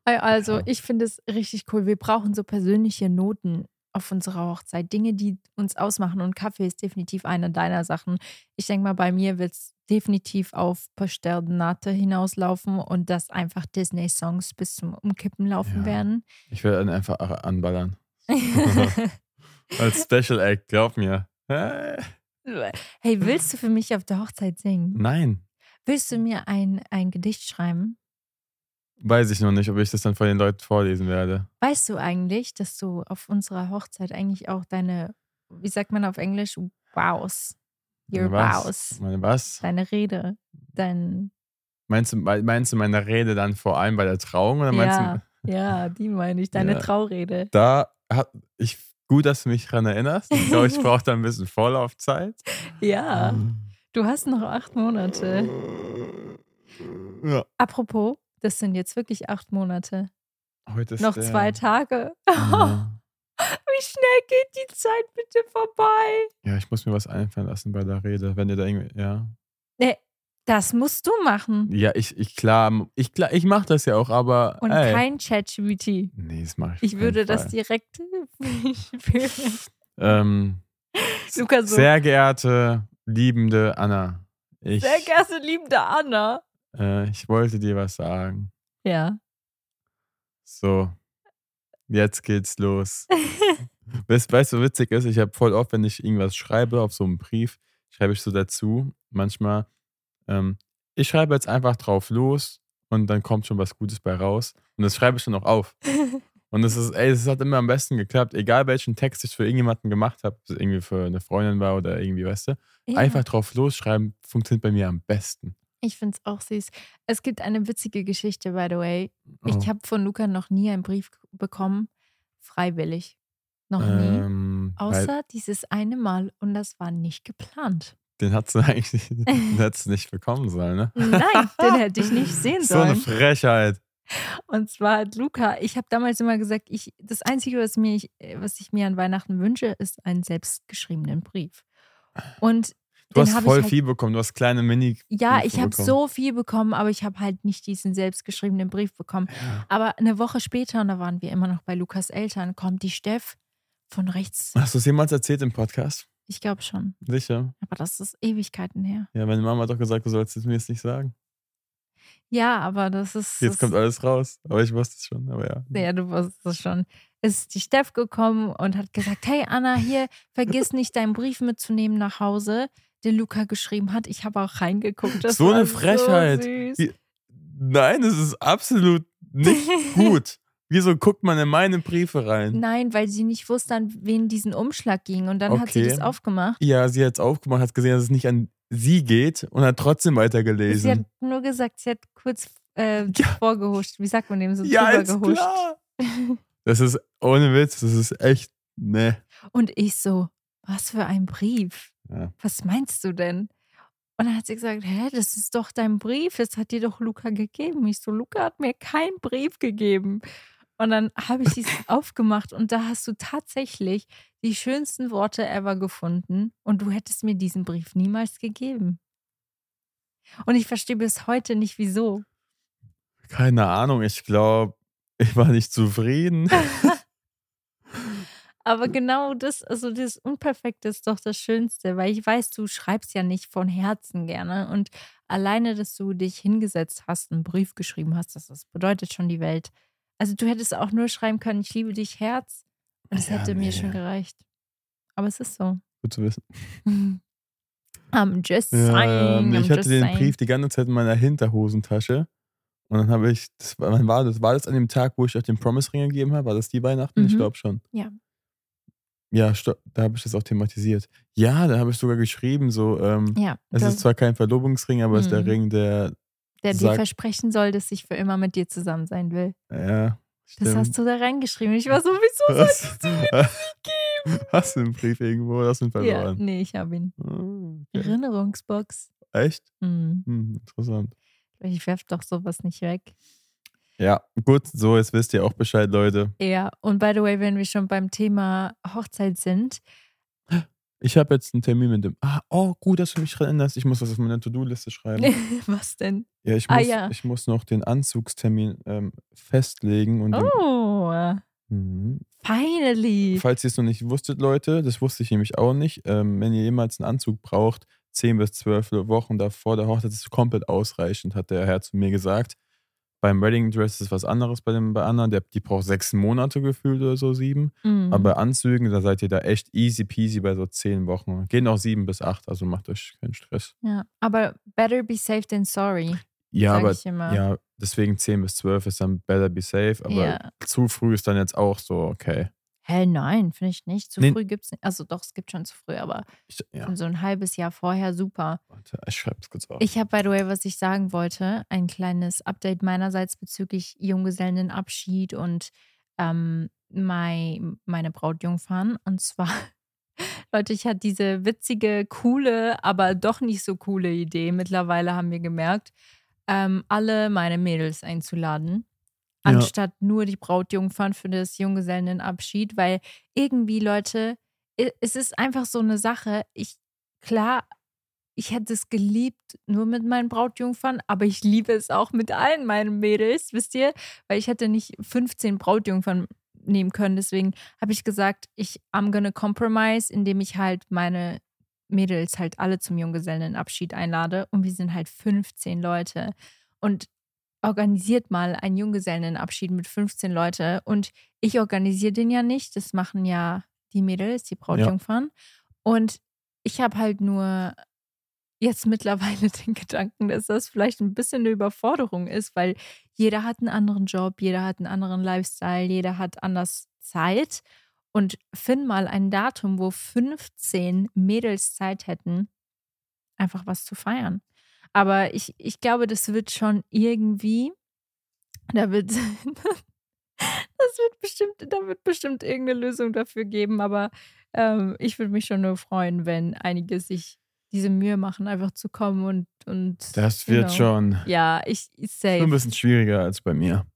Speaker 1: Äh, Also
Speaker 2: Ja.
Speaker 1: ich finde es richtig cool. Wir brauchen so persönliche Noten auf unserer Hochzeit, Dinge, die uns ausmachen und Kaffee ist definitiv eine deiner Sachen. Ich denke mal, bei mir wird es definitiv auf Pastel de Nata hinauslaufen und dass einfach Disney-Songs bis zum Umkippen laufen
Speaker 2: Ja.
Speaker 1: werden.
Speaker 2: Ich werde ihn einfach a- anballern. Als Special Act, glaub mir. Äh,
Speaker 1: hey, willst du für mich auf der Hochzeit singen?
Speaker 2: Nein,
Speaker 1: Willst du mir ein, ein Gedicht schreiben?
Speaker 2: weiß ich noch nicht, ob ich das dann vor den Leuten vorlesen werde.
Speaker 1: Weißt du eigentlich, dass du auf unserer Hochzeit eigentlich auch deine, wie sagt man auf Englisch, wows, your
Speaker 2: Meine was?
Speaker 1: wows,
Speaker 2: Meine was?
Speaker 1: deine Rede, dein,
Speaker 2: Meinst du, me- meinst du meine Rede dann vor allem bei der Trauung oder meinst du,
Speaker 1: ja, ja, die meine ich, deine
Speaker 2: Ja.
Speaker 1: Traurede.
Speaker 2: da hat ich gut, dass du mich daran erinnerst. Ich glaube, ich brauche da ein bisschen Vorlaufzeit.
Speaker 1: Ja,
Speaker 2: Mhm.
Speaker 1: du hast noch acht Monate.
Speaker 2: Ja,
Speaker 1: Apropos, das sind jetzt wirklich acht Monate.
Speaker 2: heute ist
Speaker 1: noch
Speaker 2: der, Mhm.
Speaker 1: zwei Tage.
Speaker 2: Ja.
Speaker 1: Wie schnell geht die Zeit bitte vorbei?
Speaker 2: ja, ich muss mir was einfallen lassen bei der Rede, wenn ihr da irgendwie, ja.
Speaker 1: Das musst du machen
Speaker 2: Ja, ich, ich klar, ich klar, ich mache das ja auch, aber
Speaker 1: und
Speaker 2: ey.
Speaker 1: kein ChatGPT.
Speaker 2: Nee, das mache ich. auf
Speaker 1: Ich
Speaker 2: keinen
Speaker 1: würde das
Speaker 2: Fall.
Speaker 1: direkt für
Speaker 2: Ähm,
Speaker 1: Lukas so.
Speaker 2: sehr geehrte, liebende Anna, ich,
Speaker 1: Sehr geehrte liebende Anna.
Speaker 2: äh, ich wollte dir was sagen.
Speaker 1: Ja.
Speaker 2: So, jetzt geht's los. weißt weißt du, was witzig ist? Ich habe voll oft, wenn ich irgendwas schreibe auf so einem Brief, schreibe ich so dazu, manchmal, ähm, ich schreibe jetzt einfach drauf los und dann kommt schon was Gutes bei raus. Und das schreibe ich dann auch auf. Und es ist, ey, es hat immer am besten geklappt, egal welchen Text ich für irgendjemanden gemacht habe, ob es irgendwie für eine Freundin war oder irgendwie, weißt du, einfach drauf losschreiben funktioniert bei mir am besten.
Speaker 1: Ich finde es auch süß. Es gibt eine witzige Geschichte, by the way. Ich
Speaker 2: Oh.
Speaker 1: habe von Luca noch nie einen Brief bekommen. Freiwillig. Noch nie.
Speaker 2: ähm, weil
Speaker 1: Außer dieses eine Mal und das war nicht geplant.
Speaker 2: den hat sie eigentlich den hat's nicht bekommen sollen, ne?
Speaker 1: Nein, den hätte ich nicht sehen
Speaker 2: So
Speaker 1: sollen.
Speaker 2: eine Frechheit.
Speaker 1: Und zwar hat Luca, ich habe damals immer gesagt, ich, das Einzige, was, mir ich, äh, was ich mir an Weihnachten wünsche, ist einen selbstgeschriebenen Brief. Und
Speaker 2: Du
Speaker 1: den
Speaker 2: hast
Speaker 1: habe
Speaker 2: voll
Speaker 1: ich halt
Speaker 2: viel bekommen. Du hast kleine Mini.
Speaker 1: Ja,
Speaker 2: Briefe
Speaker 1: ich habe
Speaker 2: bekommen.
Speaker 1: so viel bekommen, aber ich habe halt nicht diesen selbstgeschriebenen Brief bekommen.
Speaker 2: Ja.
Speaker 1: Aber eine Woche später, und da waren wir immer noch bei Lukas Eltern, kommt die Steff von rechts.
Speaker 2: Hast du es jemals erzählt im Podcast?
Speaker 1: Ich glaube schon.
Speaker 2: Sicher.
Speaker 1: Aber das ist Ewigkeiten her.
Speaker 2: Ja, meine Mama hat doch gesagt, du sollst es mir jetzt nicht sagen.
Speaker 1: Ja, aber das ist.
Speaker 2: Jetzt kommt
Speaker 1: das,
Speaker 2: alles raus. Aber ich wusste es schon. Aber ja.
Speaker 1: Ja, du wusstest es schon. Ist die Steff gekommen und hat gesagt: Hey Anna, hier, vergiss nicht, deinen Brief mitzunehmen nach Hause, den Luca geschrieben hat. Ich habe auch reingeguckt. Das
Speaker 2: So eine
Speaker 1: war
Speaker 2: Frechheit.
Speaker 1: So süß.
Speaker 2: Die- Nein, es ist absolut nicht gut. Wieso guckt man in meine Briefe rein?
Speaker 1: Nein, weil sie nicht wusste, an wen diesen Umschlag ging. Und dann hat sie
Speaker 2: Okay.
Speaker 1: das aufgemacht.
Speaker 2: Ja, sie hat es aufgemacht, hat gesehen, dass es nicht an sie geht und hat trotzdem
Speaker 1: Sie hat
Speaker 2: weitergelesen.
Speaker 1: nur gesagt, sie hat kurz äh,
Speaker 2: Ja.
Speaker 1: vorgehuscht. Wie sagt man dem so?
Speaker 2: Ja, ist
Speaker 1: drüber gehuscht.
Speaker 2: klar. Das ist ohne Witz, das ist echt, ne.
Speaker 1: Und ich so, was für ein Brief?
Speaker 2: Ja.
Speaker 1: Was meinst du denn? Und dann hat sie gesagt, hä, das ist doch dein Brief, das hat dir doch Luca gegeben. Ich so, Luca hat mir keinen Brief gegeben. Und dann habe ich dies aufgemacht und da hast du tatsächlich die schönsten Worte ever gefunden und du hättest mir diesen Brief niemals gegeben. Und ich verstehe bis heute nicht, wieso.
Speaker 2: Keine Ahnung, ich glaube, ich war nicht zufrieden.
Speaker 1: Aber genau das, also das Unperfekte ist doch das Schönste, weil ich weiß, du schreibst ja nicht von Herzen gerne. Und alleine, dass du dich hingesetzt hast, einen Brief geschrieben hast, das, das bedeutet schon die Welt. Also du hättest auch nur schreiben können, ich liebe dich, Herz. Und das
Speaker 2: Ja,
Speaker 1: hätte
Speaker 2: nee.
Speaker 1: mir schon gereicht. Aber es ist so.
Speaker 2: Gut zu wissen.
Speaker 1: I'm just
Speaker 2: Ja,
Speaker 1: saying.
Speaker 2: ähm,
Speaker 1: I'm
Speaker 2: ich hatte
Speaker 1: um just
Speaker 2: den
Speaker 1: saying.
Speaker 2: Brief die ganze Zeit in meiner Hinterhosentasche. Und dann habe ich, das war, wann war das? War das an dem Tag, wo ich euch den Promise-Ring gegeben habe? War das die Weihnachten? Ich
Speaker 1: Mhm.
Speaker 2: glaube schon.
Speaker 1: Ja.
Speaker 2: Ja, sto- da habe ich das auch thematisiert. Ja, da habe ich sogar geschrieben, so, ähm,
Speaker 1: Ja,
Speaker 2: es
Speaker 1: du-
Speaker 2: ist zwar kein Verlobungsring, aber es ist der
Speaker 1: Mhm.
Speaker 2: Ring, der,
Speaker 1: der dir
Speaker 2: sagt-
Speaker 1: versprechen soll, dass ich für immer mit dir zusammen sein will.
Speaker 2: ja,
Speaker 1: Das
Speaker 2: stimmt.
Speaker 1: hast du da reingeschrieben. Ich war sowieso so.
Speaker 2: hast, hast du einen Brief irgendwo oder hast du ihn
Speaker 1: Ja, Mhm.
Speaker 2: verloren?
Speaker 1: nee, ich habe ihn.
Speaker 2: Oh, Okay.
Speaker 1: Erinnerungsbox.
Speaker 2: Echt?
Speaker 1: Hm.
Speaker 2: Hm, interessant.
Speaker 1: Ich werf doch sowas nicht weg.
Speaker 2: Ja, gut, so, jetzt wisst ihr auch Bescheid, Leute.
Speaker 1: Ja, und by the way, wenn wir schon beim Thema Hochzeit sind,
Speaker 2: Ich habe jetzt einen Termin mit dem. Ah, oh, gut, dass du mich daran erinnerst. Ich muss das auf meine To-Do-Liste schreiben.
Speaker 1: was denn?
Speaker 2: ja, ich muss,
Speaker 1: Ah, ja.
Speaker 2: ich muss noch den Anzugstermin ähm, festlegen. Und den,
Speaker 1: Oh,
Speaker 2: Mhm.
Speaker 1: finally.
Speaker 2: falls ihr es noch nicht wusstet, Leute, das wusste ich nämlich auch nicht. Ähm, wenn ihr jemals einen Anzug braucht, 10 bis 12 Wochen davor der Hochzeit ist komplett ausreichend, hat der Herr zu mir gesagt. Beim Wedding Dress ist was anderes bei, dem, bei Anna. Der, die braucht sechs Monate gefühlt oder so, sieben.
Speaker 1: Mhm.
Speaker 2: Aber Anzügen, da seid ihr da echt easy peasy bei so zehn Wochen. Gehen auch sieben bis acht, also macht euch keinen Stress.
Speaker 1: ja, aber better be safe than sorry,
Speaker 2: Ja,
Speaker 1: sage
Speaker 2: aber
Speaker 1: ich immer.
Speaker 2: ja, deswegen zehn bis zwölf ist dann better be safe, aber
Speaker 1: Ja.
Speaker 2: zu früh ist dann jetzt auch so, okay.
Speaker 1: Hell nein, finde ich nicht. Zu
Speaker 2: Nee.
Speaker 1: früh gibt's nicht. Also doch, es gibt schon zu früh, aber
Speaker 2: Ich, ja,
Speaker 1: so ein halbes Jahr vorher super.
Speaker 2: warte, ich schreib's kurz auf.
Speaker 1: Ich habe, by the way, was ich sagen wollte, ein kleines Update meinerseits bezüglich Junggesellenabschied und ähm, mein, meine Brautjungfern. Und zwar, Leute, ich hatte diese witzige, coole, aber doch nicht so coole Idee. Mittlerweile haben wir gemerkt, ähm, alle meine Mädels einzuladen.
Speaker 2: Ja.
Speaker 1: Anstatt nur die Brautjungfern für das Junggesellenabschied, weil irgendwie, Leute, i- es ist einfach so eine Sache. Ich, klar, ich hätte es geliebt, nur mit meinen Brautjungfern, aber ich liebe es auch mit allen meinen Mädels, wisst ihr? Weil ich hätte nicht 15 Brautjungfern nehmen können. Deswegen habe ich gesagt, ich am gonna compromise, indem ich halt meine Mädels halt alle zum Junggesellenabschied einlade. Und wir sind halt 15 Leute. Und organisiert mal einen Junggesellenabschied mit 15 Leute. Und ich organisiere den ja nicht. Das machen ja die Mädels, die Brautjungfern. Und ich habe halt nur jetzt mittlerweile den Gedanken, dass das vielleicht ein bisschen eine Überforderung ist, weil jeder hat einen anderen Job, jeder hat einen anderen Lifestyle, jeder hat anders Zeit. Und find mal ein Datum, wo 15 Mädels Zeit hätten, einfach was zu feiern. Aber ich, ich glaube, das wird schon irgendwie, da wird, das wird bestimmt, da wird bestimmt irgendeine Lösung dafür geben. Aber ähm, ich würde mich schon nur freuen, wenn einige sich diese Mühe machen, einfach zu kommen und, und
Speaker 2: das wird
Speaker 1: genau.
Speaker 2: schon,
Speaker 1: ja, ich ich safe.
Speaker 2: schon ein bisschen schwieriger als bei mir.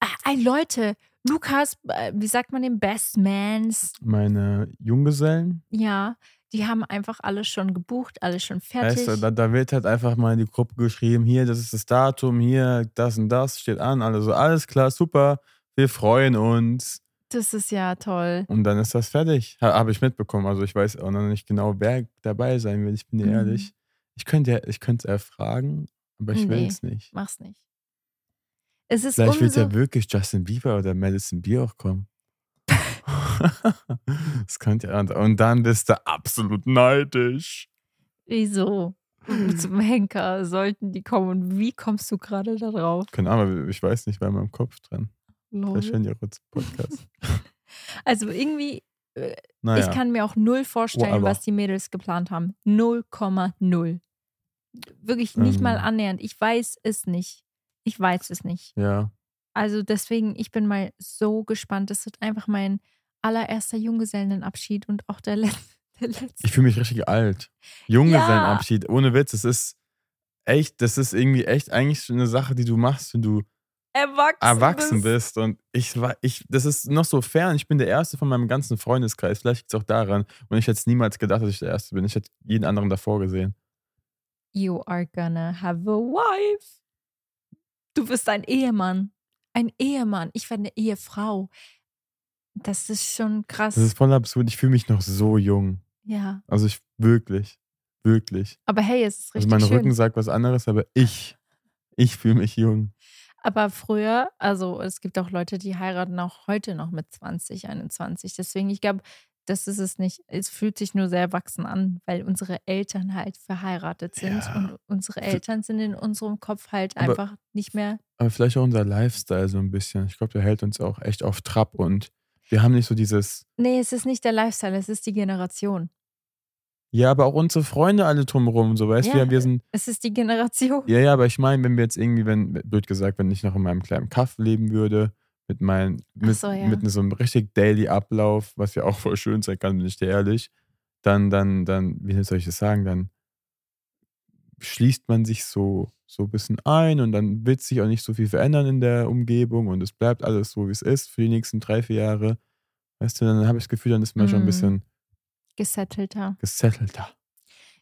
Speaker 1: Ah, ey, Leute, Lukas, äh, wie sagt man den Best Mans?
Speaker 2: Meine Junggesellen,
Speaker 1: Ja, die haben einfach alles schon gebucht, alles schon fertig.
Speaker 2: weißt du, da, da wird halt einfach mal in die Gruppe geschrieben, hier, das ist das Datum, hier, das und das steht an. Also alles klar, super, wir freuen uns.
Speaker 1: Das ist ja toll.
Speaker 2: Und dann ist das fertig. Ha- Habe ich mitbekommen. Also ich weiß auch noch nicht genau, wer dabei sein will. Ich bin dir
Speaker 1: Mhm.
Speaker 2: ehrlich. Ich könnte ja- ich könnte es erfragen, aber ich will
Speaker 1: Nee.
Speaker 2: es nicht.
Speaker 1: Mach's nicht. Es ist
Speaker 2: Vielleicht wird
Speaker 1: umso,
Speaker 2: ja wirklich Justin Bieber oder Madison Beer auch kommen. das könnte ja. Und dann bist du absolut neidisch.
Speaker 1: Wieso? Zum Henker sollten die kommen. Und wie kommst du gerade da drauf?
Speaker 2: Keine Ahnung, ich weiß nicht, bei meinem Kopf dran.
Speaker 1: Lol.
Speaker 2: Vielleicht hören die auch jetzt Podcast.
Speaker 1: Also irgendwie,
Speaker 2: Naja.
Speaker 1: ich kann mir auch null vorstellen,
Speaker 2: Ah, Whatever.
Speaker 1: was die Mädels geplant haben. 0,0. Wirklich nicht
Speaker 2: Ähm.
Speaker 1: mal annähernd. Ich weiß es nicht. Ich weiß es nicht.
Speaker 2: ja.
Speaker 1: Also deswegen, ich bin mal so gespannt. Das wird einfach mein allererster Junggesellenabschied und auch der, Let der letzte.
Speaker 2: Ich fühle mich richtig alt. Junge
Speaker 1: Ja.
Speaker 2: sein Abschied, ohne Witz, es ist echt, das ist irgendwie echt eigentlich so eine Sache, die du machst, wenn du
Speaker 1: Erwachsen,
Speaker 2: erwachsen
Speaker 1: bist.
Speaker 2: bist. Und ich war, ich, das ist noch so fern. Ich bin der Erste von meinem ganzen Freundeskreis. Vielleicht liegt es auch daran. Und ich hätte es niemals gedacht, dass ich der Erste bin. Ich hätte jeden anderen davor gesehen.
Speaker 1: You are gonna have a wife. Du bist ein Ehemann. Ein Ehemann. Ich werde eine Ehefrau. Das ist schon krass.
Speaker 2: Das ist voll absurd. Ich fühle mich noch so jung.
Speaker 1: ja.
Speaker 2: Also ich wirklich, wirklich.
Speaker 1: Aber hey, es ist
Speaker 2: Also
Speaker 1: richtig
Speaker 2: mein
Speaker 1: schön.
Speaker 2: Rücken sagt was anderes, aber ich, ich fühle mich jung.
Speaker 1: Aber früher, also es gibt auch Leute, die heiraten auch heute noch mit 20, 21. Deswegen, ich glaube, das ist es nicht. Es fühlt sich nur sehr erwachsen an, weil unsere Eltern halt verheiratet sind
Speaker 2: Ja.
Speaker 1: und unsere Eltern sind in unserem Kopf halt
Speaker 2: Aber-
Speaker 1: einfach nicht mehr.
Speaker 2: Aber vielleicht auch unser Lifestyle so ein bisschen. Ich glaube, der hält uns auch echt auf Trab und wir haben nicht so dieses,
Speaker 1: Nee, es ist nicht der Lifestyle, es ist die Generation.
Speaker 2: ja, aber auch unsere Freunde alle drumherum, so weißt du,
Speaker 1: Ja.
Speaker 2: wir, wir sind,
Speaker 1: Es ist die Generation.
Speaker 2: ja, ja, aber ich meine, wenn wir jetzt irgendwie, wenn, blöd gesagt, wenn ich noch in meinem kleinen Kaff leben würde, mit meinem, mit,
Speaker 1: so, ja.
Speaker 2: mit so einem richtig Daily-Ablauf, was ja auch voll schön sein kann, bin ich dir ehrlich, dann, dann, dann, wie soll ich das sagen, dann schließt man sich so, so ein bisschen ein und dann wird sich auch nicht so viel verändern in der Umgebung und es bleibt alles so, wie es ist für die nächsten drei, vier Jahre. Weißt du, dann habe ich das Gefühl, dann ist man schon ein
Speaker 1: Mm.
Speaker 2: bisschen
Speaker 1: Gesettelter.
Speaker 2: gesettelter.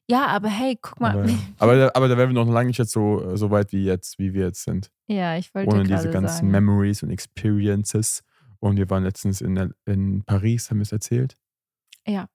Speaker 1: Ja, aber hey, guck mal.
Speaker 2: Aber, aber, da- aber da wären wir noch lange nicht jetzt so, so weit wie jetzt, wie wir jetzt sind.
Speaker 1: ja, ich wollte
Speaker 2: Ohne
Speaker 1: gerade
Speaker 2: diese ganzen
Speaker 1: sagen.
Speaker 2: Memories und Experiences. Und wir waren letztens in, der- in Paris, haben wir es erzählt?
Speaker 1: Ja.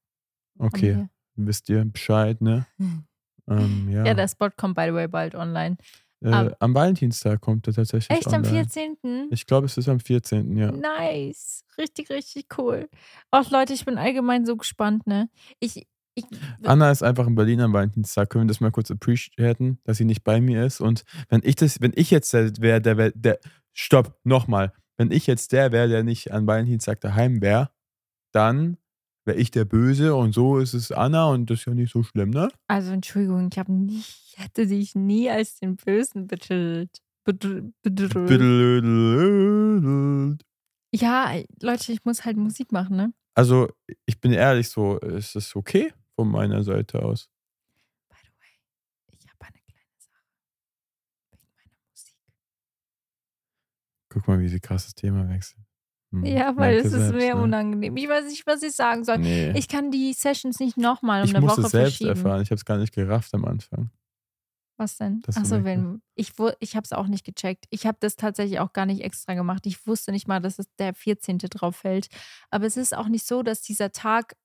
Speaker 1: Und
Speaker 2: Okay,
Speaker 1: hier.
Speaker 2: wisst ihr Bescheid, ne? Ähm, ja,
Speaker 1: Hm. Ja, der Spot kommt, by the way, bald online.
Speaker 2: äh,
Speaker 1: ab-
Speaker 2: am Valentinstag kommt er tatsächlich
Speaker 1: Echt am
Speaker 2: online.
Speaker 1: 14.?
Speaker 2: Ich glaube, es ist am 14., ja.
Speaker 1: Nice. Richtig, richtig cool. Auch Leute, ich bin allgemein so gespannt, ne? Ich, ich
Speaker 2: Anna ist einfach in Berlin am Valentinstag. Können wir das mal kurz appreciaten, dass sie nicht bei mir ist? Und wenn ich das, wenn ich jetzt der wäre, der, wär- der stopp, nochmal. Wenn ich jetzt der wäre, der nicht an Valentinstag daheim wäre, dann wäre ich der Böse und so ist es Anna und das ist ja nicht so schlimm, ne?
Speaker 1: also Entschuldigung, ich habe nie, ich hätte dich nie als den Bösen betitelt. Bedr- bedröhnt. Ja, äh, Leute, ich muss halt Musik machen, ne?
Speaker 2: Also, ich bin ehrlich, so ist es okay von meiner Seite aus.
Speaker 1: By the way, ich habe eine kleine Sache wegen meiner Musik.
Speaker 2: Guck mal, wie sie krasses Thema wechselt. Hm,
Speaker 1: Ja, weil
Speaker 2: merkt
Speaker 1: es
Speaker 2: ihr
Speaker 1: ist
Speaker 2: selbst,
Speaker 1: mir
Speaker 2: ne?
Speaker 1: unangenehm. Ich weiß nicht, was ich sagen soll.
Speaker 2: Nee.
Speaker 1: Ich kann die Sessions nicht nochmal um
Speaker 2: ich
Speaker 1: eine
Speaker 2: muss
Speaker 1: Woche
Speaker 2: es selbst
Speaker 1: verschieben.
Speaker 2: erfahren. Ich habe es gar nicht gerafft am Anfang.
Speaker 1: Was denn?
Speaker 2: Das
Speaker 1: Achso,
Speaker 2: Verrecken.
Speaker 1: wenn ich wu- ich habe es auch nicht gecheckt. Ich habe das tatsächlich auch gar nicht extra gemacht. Ich wusste nicht mal, dass es der 14. drauf fällt. Aber es ist auch nicht so, dass dieser Tag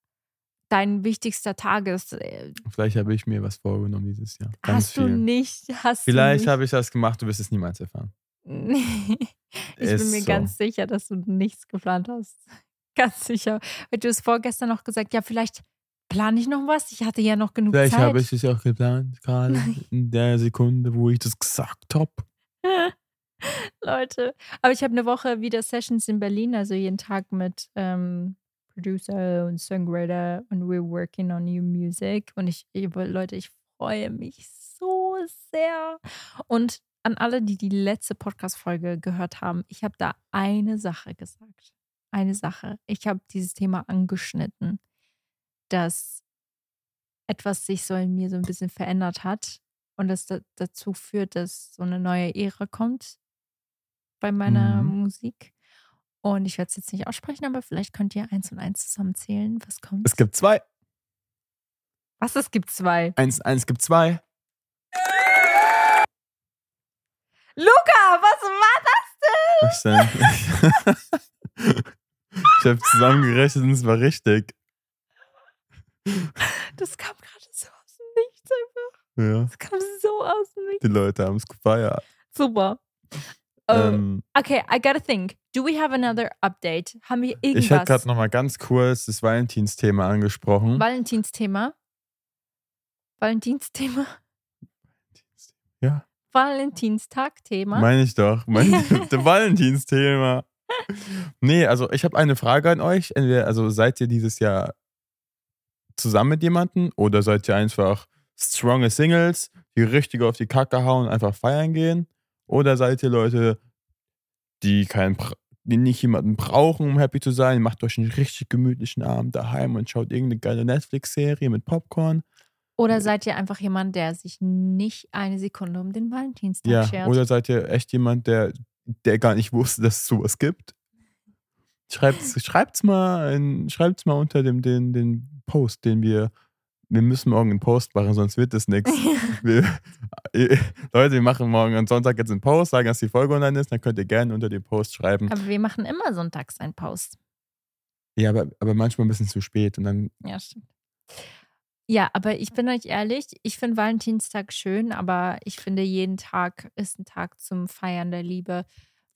Speaker 1: dein wichtigster Tag ist. Äh,
Speaker 2: Vielleicht habe ich mir was vorgenommen dieses Jahr. Ganz
Speaker 1: Hast
Speaker 2: viel.
Speaker 1: du nicht? Hast
Speaker 2: Vielleicht
Speaker 1: du
Speaker 2: habe ich das gemacht, du wirst es niemals erfahren.
Speaker 1: nicht. ich bin
Speaker 2: Ist
Speaker 1: mir
Speaker 2: so.
Speaker 1: ganz sicher, dass du nichts geplant hast. Ganz sicher. Weil du es vorgestern noch gesagt, ja, vielleicht plane ich noch was. Ich hatte ja noch genug
Speaker 2: Vielleicht
Speaker 1: Zeit.
Speaker 2: habe ich es ja auch geplant, gerade in der Sekunde, wo ich das gesagt habe.
Speaker 1: Leute. Aber ich habe eine Woche wieder Sessions in Berlin, also jeden Tag mit ähm, Producer und Songwriter und we're working on new music. Und ich, ich- Leute, ich freue mich so sehr. Und an alle, die die letzte Podcast-Folge gehört haben, ich habe da eine Sache gesagt. Eine Sache. Ich habe dieses Thema angeschnitten, dass etwas sich so in mir so ein bisschen verändert hat und das da, dazu führt, dass so eine neue Ära kommt bei meiner
Speaker 2: Mhm.
Speaker 1: Musik. Und ich werde es jetzt nicht aussprechen, aber vielleicht könnt ihr eins und eins zusammenzählen. Was kommt?
Speaker 2: Es gibt zwei.
Speaker 1: Was? Es gibt zwei.
Speaker 2: Eins, eins gibt zwei.
Speaker 1: Luca, was war
Speaker 2: Was denn? ich Ich habe zusammengerechnet und es war richtig.
Speaker 1: Das kam gerade so aus dem Nichts.
Speaker 2: Ja,
Speaker 1: Das kam so aus dem Nichts.
Speaker 2: die Leute haben es gefeiert.
Speaker 1: Super. Oh,
Speaker 2: Ähm,
Speaker 1: okay, I gotta think. Do we have another update? Haben wir irgendwas?
Speaker 2: ich hätte gerade nochmal ganz kurz das Valentinsthema angesprochen.
Speaker 1: Valentinsthema. Valentinsthema.
Speaker 2: Ja.
Speaker 1: Valentinstag-Thema.
Speaker 2: Meine ich doch. Mein das Valentinsthema. Nee, also ich habe eine Frage an euch. Entweder, also seid ihr dieses Jahr zusammen mit jemandem oder seid ihr einfach stronge Singles, die richtig auf die Kacke hauen und einfach feiern gehen? Oder seid ihr Leute, die keinen Bra- die nicht jemanden brauchen, um happy zu sein, Ihr macht euch einen richtig gemütlichen Abend daheim und schaut irgendeine geile Netflix-Serie mit Popcorn.
Speaker 1: Oder seid ihr einfach jemand, der sich nicht eine Sekunde um den Valentinstag
Speaker 2: Ja,
Speaker 1: schert?
Speaker 2: oder seid ihr echt jemand, der, der gar nicht wusste, dass es sowas gibt? Schreibt's, schreibt's mal, in, schreibt's mal unter dem den, den Post, den wir. Wir müssen morgen einen Post machen, sonst wird das nichts. Wir, äh, Leute, wir machen morgen am Sonntag jetzt einen Post, sagen, dass die Folge online ist, dann könnt ihr gerne unter den Post schreiben.
Speaker 1: Aber wir machen immer sonntags einen Post.
Speaker 2: Ja, aber, aber manchmal ein bisschen zu spät und dann
Speaker 1: Ja, stimmt. Ja, aber ich bin euch ehrlich, ich finde Valentinstag schön, aber ich finde, jeden Tag ist ein Tag zum Feiern der Liebe.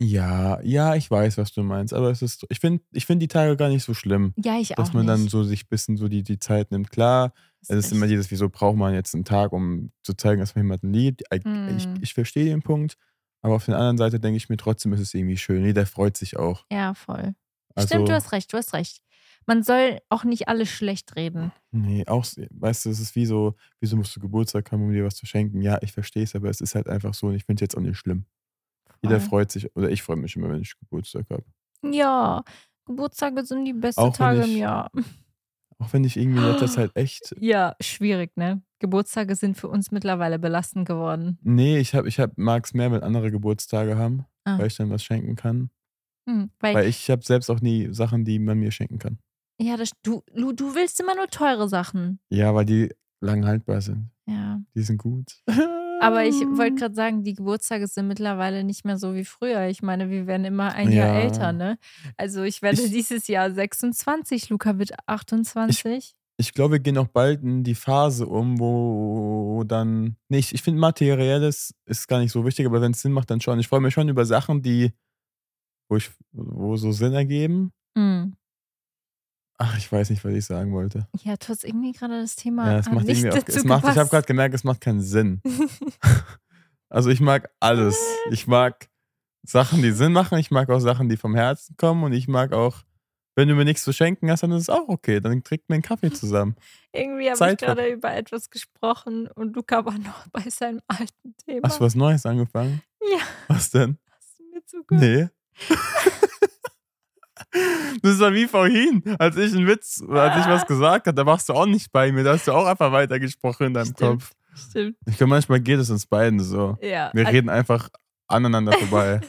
Speaker 2: ja, ja, ich weiß, was du meinst, aber es ist, ich finde, ich finde die Tage gar nicht so schlimm,
Speaker 1: Ja, ich
Speaker 2: dass
Speaker 1: auch.
Speaker 2: man
Speaker 1: nicht.
Speaker 2: dann so sich ein bisschen so die, die Zeit nimmt. Klar,
Speaker 1: Das
Speaker 2: Es ist immer
Speaker 1: echt-
Speaker 2: dieses, wieso braucht man jetzt einen Tag, um zu zeigen, dass man jemanden liebt. I- Ich,
Speaker 1: Mm.
Speaker 2: ich verstehe den Punkt, aber auf der anderen Seite denke ich mir, trotzdem ist es irgendwie schön. Jeder freut sich auch.
Speaker 1: Ja, voll.
Speaker 2: Also,
Speaker 1: Stimmt, du hast recht, du hast recht. Man soll auch nicht alles schlecht reden.
Speaker 2: Nee, auch, s- weißt du, es ist wie so, wieso musst du Geburtstag haben, um dir was zu schenken? Ja, ich verstehe es, aber es ist halt einfach so und ich finde es jetzt auch nicht schlimm. Jeder
Speaker 1: Voll.
Speaker 2: freut sich, oder ich freue mich immer, wenn ich Geburtstag habe.
Speaker 1: Ja, Geburtstage sind die besten
Speaker 2: Auch wenn
Speaker 1: Tage im
Speaker 2: ich-
Speaker 1: Jahr.
Speaker 2: Auch wenn ich irgendwie in letzter Zeit echt
Speaker 1: Ja, schwierig, ne? Geburtstage sind für uns mittlerweile belastend geworden.
Speaker 2: Nee, ich, hab, ich hab, mag es mehr, wenn andere Geburtstage haben,
Speaker 1: Ah.
Speaker 2: weil ich dann was schenken kann.
Speaker 1: Hm, weil,
Speaker 2: Weil ich habe selbst auch nie Sachen, die man mir schenken kann.
Speaker 1: ja, das, du, du, du willst immer nur teure Sachen.
Speaker 2: Ja, weil die lang haltbar sind.
Speaker 1: Ja.
Speaker 2: Die sind gut.
Speaker 1: Aber ich wollte
Speaker 2: Ah.
Speaker 1: gerade sagen, die Geburtstage sind mittlerweile nicht mehr so wie früher. Ich meine, wir werden immer ein Jahr
Speaker 2: Ja.
Speaker 1: älter, ne? Also ich werde
Speaker 2: Ich-
Speaker 1: dieses Jahr 26, Luca wird 28.
Speaker 2: Ich glaube, wir gehen auch bald in die Phase um, wo dann. Nee, ich, ich finde materielles ist gar nicht so wichtig, aber wenn es Sinn macht, dann schon. Ich freue mich schon über Sachen, die, wo ich, wo so Sinn ergeben.
Speaker 1: Hm.
Speaker 2: Ach, ich weiß nicht, was ich sagen wollte.
Speaker 1: Ja, du hast irgendwie gerade das Thema
Speaker 2: Ja, es
Speaker 1: hat
Speaker 2: macht
Speaker 1: nicht
Speaker 2: irgendwie auch,
Speaker 1: dazu
Speaker 2: es macht, ich habe
Speaker 1: gepasst.
Speaker 2: gerade gemerkt, es macht keinen Sinn. Also ich mag alles. Ich mag Sachen, die Sinn machen. Ich mag auch Sachen, die vom Herzen kommen. Und ich mag auch, wenn du mir nichts zu schenken hast, dann ist es auch okay. Dann trinkt mir einen Kaffee zusammen.
Speaker 1: Irgendwie habe ich
Speaker 2: Zeit
Speaker 1: gerade über etwas gesprochen und Luca war noch bei seinem alten Thema.
Speaker 2: Hast du was Neues angefangen?
Speaker 1: Ja. Hm.
Speaker 2: Was denn?
Speaker 1: Hast du mir zugehört?
Speaker 2: Nee. Das war wie vorhin, als ich einen Witz, als ich was gesagt habe, da warst du auch nicht bei mir, da hast du auch einfach weitergesprochen in deinem
Speaker 1: Stimmt.
Speaker 2: Kopf.
Speaker 1: Stimmt.
Speaker 2: Ich glaube, manchmal geht es uns beiden so.
Speaker 1: Ja.
Speaker 2: Wir
Speaker 1: also-
Speaker 2: reden einfach aneinander vorbei.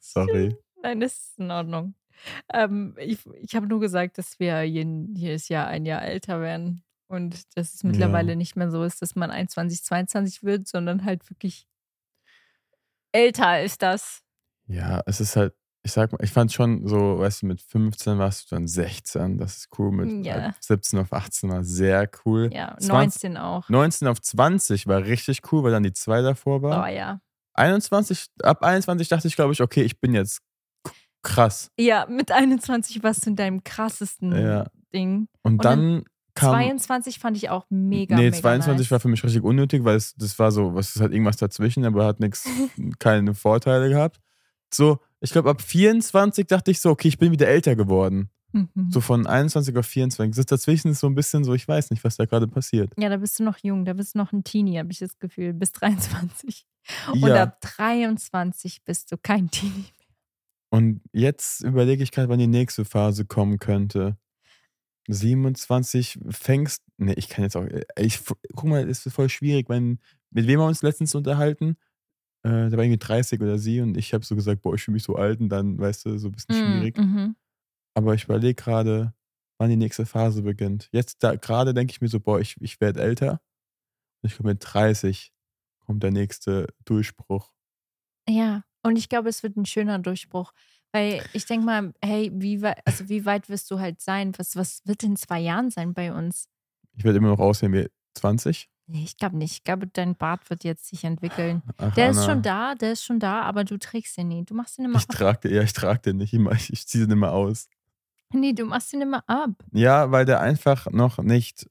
Speaker 2: Sorry.
Speaker 1: Nein, das ist in Ordnung. Ähm, ich ich habe nur gesagt, dass wir jeden, jedes Jahr ein Jahr älter werden und dass es mittlerweile
Speaker 2: Ja.
Speaker 1: nicht mehr so ist, dass man 21, 22 wird, sondern halt wirklich älter als das.
Speaker 2: Ja, es ist halt, ich sag mal, ich fand schon so, weißt du, mit 15 warst du dann 16, das ist cool. Mit
Speaker 1: Ja.
Speaker 2: äh, 17 auf 18 war sehr cool.
Speaker 1: Ja,
Speaker 2: 20
Speaker 1: 19 auch.
Speaker 2: 19 auf 20 war richtig cool, weil dann die 2 davor
Speaker 1: Oh
Speaker 2: war.
Speaker 1: ja.
Speaker 2: 21, ab 21 dachte ich, glaube ich, okay, ich bin jetzt k- krass.
Speaker 1: Ja, mit 21 warst du in deinem krassesten
Speaker 2: Ja.
Speaker 1: Ding.
Speaker 2: Und,
Speaker 1: Mhm. Und
Speaker 2: dann kam.
Speaker 1: 22 fand ich auch mega.
Speaker 2: nee,
Speaker 1: mega
Speaker 2: 22
Speaker 1: nice.
Speaker 2: war für mich richtig unnötig, weil es, das war so, was ist halt irgendwas dazwischen, aber hat nichts, keine Vorteile gehabt. So, ich glaube, ab 24 dachte ich so, okay, ich bin wieder älter geworden.
Speaker 1: Mhm.
Speaker 2: So von 21 auf 24. Das dazwischen ist so ein bisschen so, ich weiß nicht, was da gerade passiert.
Speaker 1: Ja, da bist du noch jung, da bist du noch ein Teenie, habe ich das Gefühl, bis 23. Und
Speaker 2: ja.
Speaker 1: ab 23 bist du kein Teenie.
Speaker 2: Und jetzt überlege ich gerade, wann die nächste Phase kommen könnte. 27 fängst. Ne, ich kann jetzt auch. Ich, guck mal, es ist voll schwierig. Mein, mit wem haben wir uns letztens unterhalten? Äh, da war irgendwie 30 oder sie und ich habe so gesagt, boah, ich fühle mich so alt und dann, weißt du, so ein bisschen schwierig.
Speaker 1: Mhm.
Speaker 2: Aber ich überlege gerade, wann die nächste Phase beginnt. Jetzt da gerade denke ich mir so, boah, ich, ich werde älter. Und ich glaube, mit 30 kommt der nächste Durchbruch.
Speaker 1: Ja, und ich glaube, es wird ein schöner Durchbruch, Weil ich denke mal, hey, wie, wei- also wie weit wirst du halt sein? Was, was wird in zwei Jahren sein bei uns?
Speaker 2: Ich werde immer noch aussehen wie 20.
Speaker 1: Nee, ich glaube nicht. Ich glaube, dein Bart wird jetzt sich entwickeln.
Speaker 2: Ach,
Speaker 1: Der
Speaker 2: Anna.
Speaker 1: ist schon da, der ist schon da, aber du trägst ihn nie. Du machst ihn immer
Speaker 2: Ich
Speaker 1: ab.
Speaker 2: trage den, ja, ich trage den nicht. Ich, mach- ich ziehe den immer aus.
Speaker 1: Nee, du machst ihn immer ab.
Speaker 2: Ja, weil der einfach noch nicht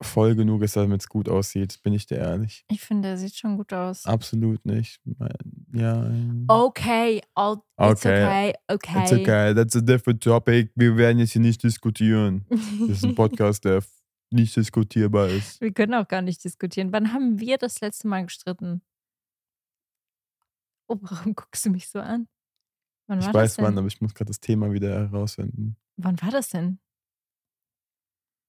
Speaker 2: voll genug ist, damit es gut aussieht, bin ich dir ehrlich.
Speaker 1: Ich finde, der sieht schon gut aus.
Speaker 2: Ah. Absolut nicht. Ja.
Speaker 1: Okay, all, it's
Speaker 2: Okay.
Speaker 1: okay, okay.
Speaker 2: It's okay, that's a different topic. Wir werden jetzt hier nicht diskutieren. Das ist ein Podcast, der f- nicht diskutierbar ist.
Speaker 1: Wir können auch gar nicht diskutieren. Wann haben wir das letzte Mal gestritten? Oh, warum guckst du mich so an? Wann
Speaker 2: Ich
Speaker 1: war das
Speaker 2: weiß
Speaker 1: denn?
Speaker 2: wann, aber ich muss gerade das Thema wieder herausfinden.
Speaker 1: Wann war das denn?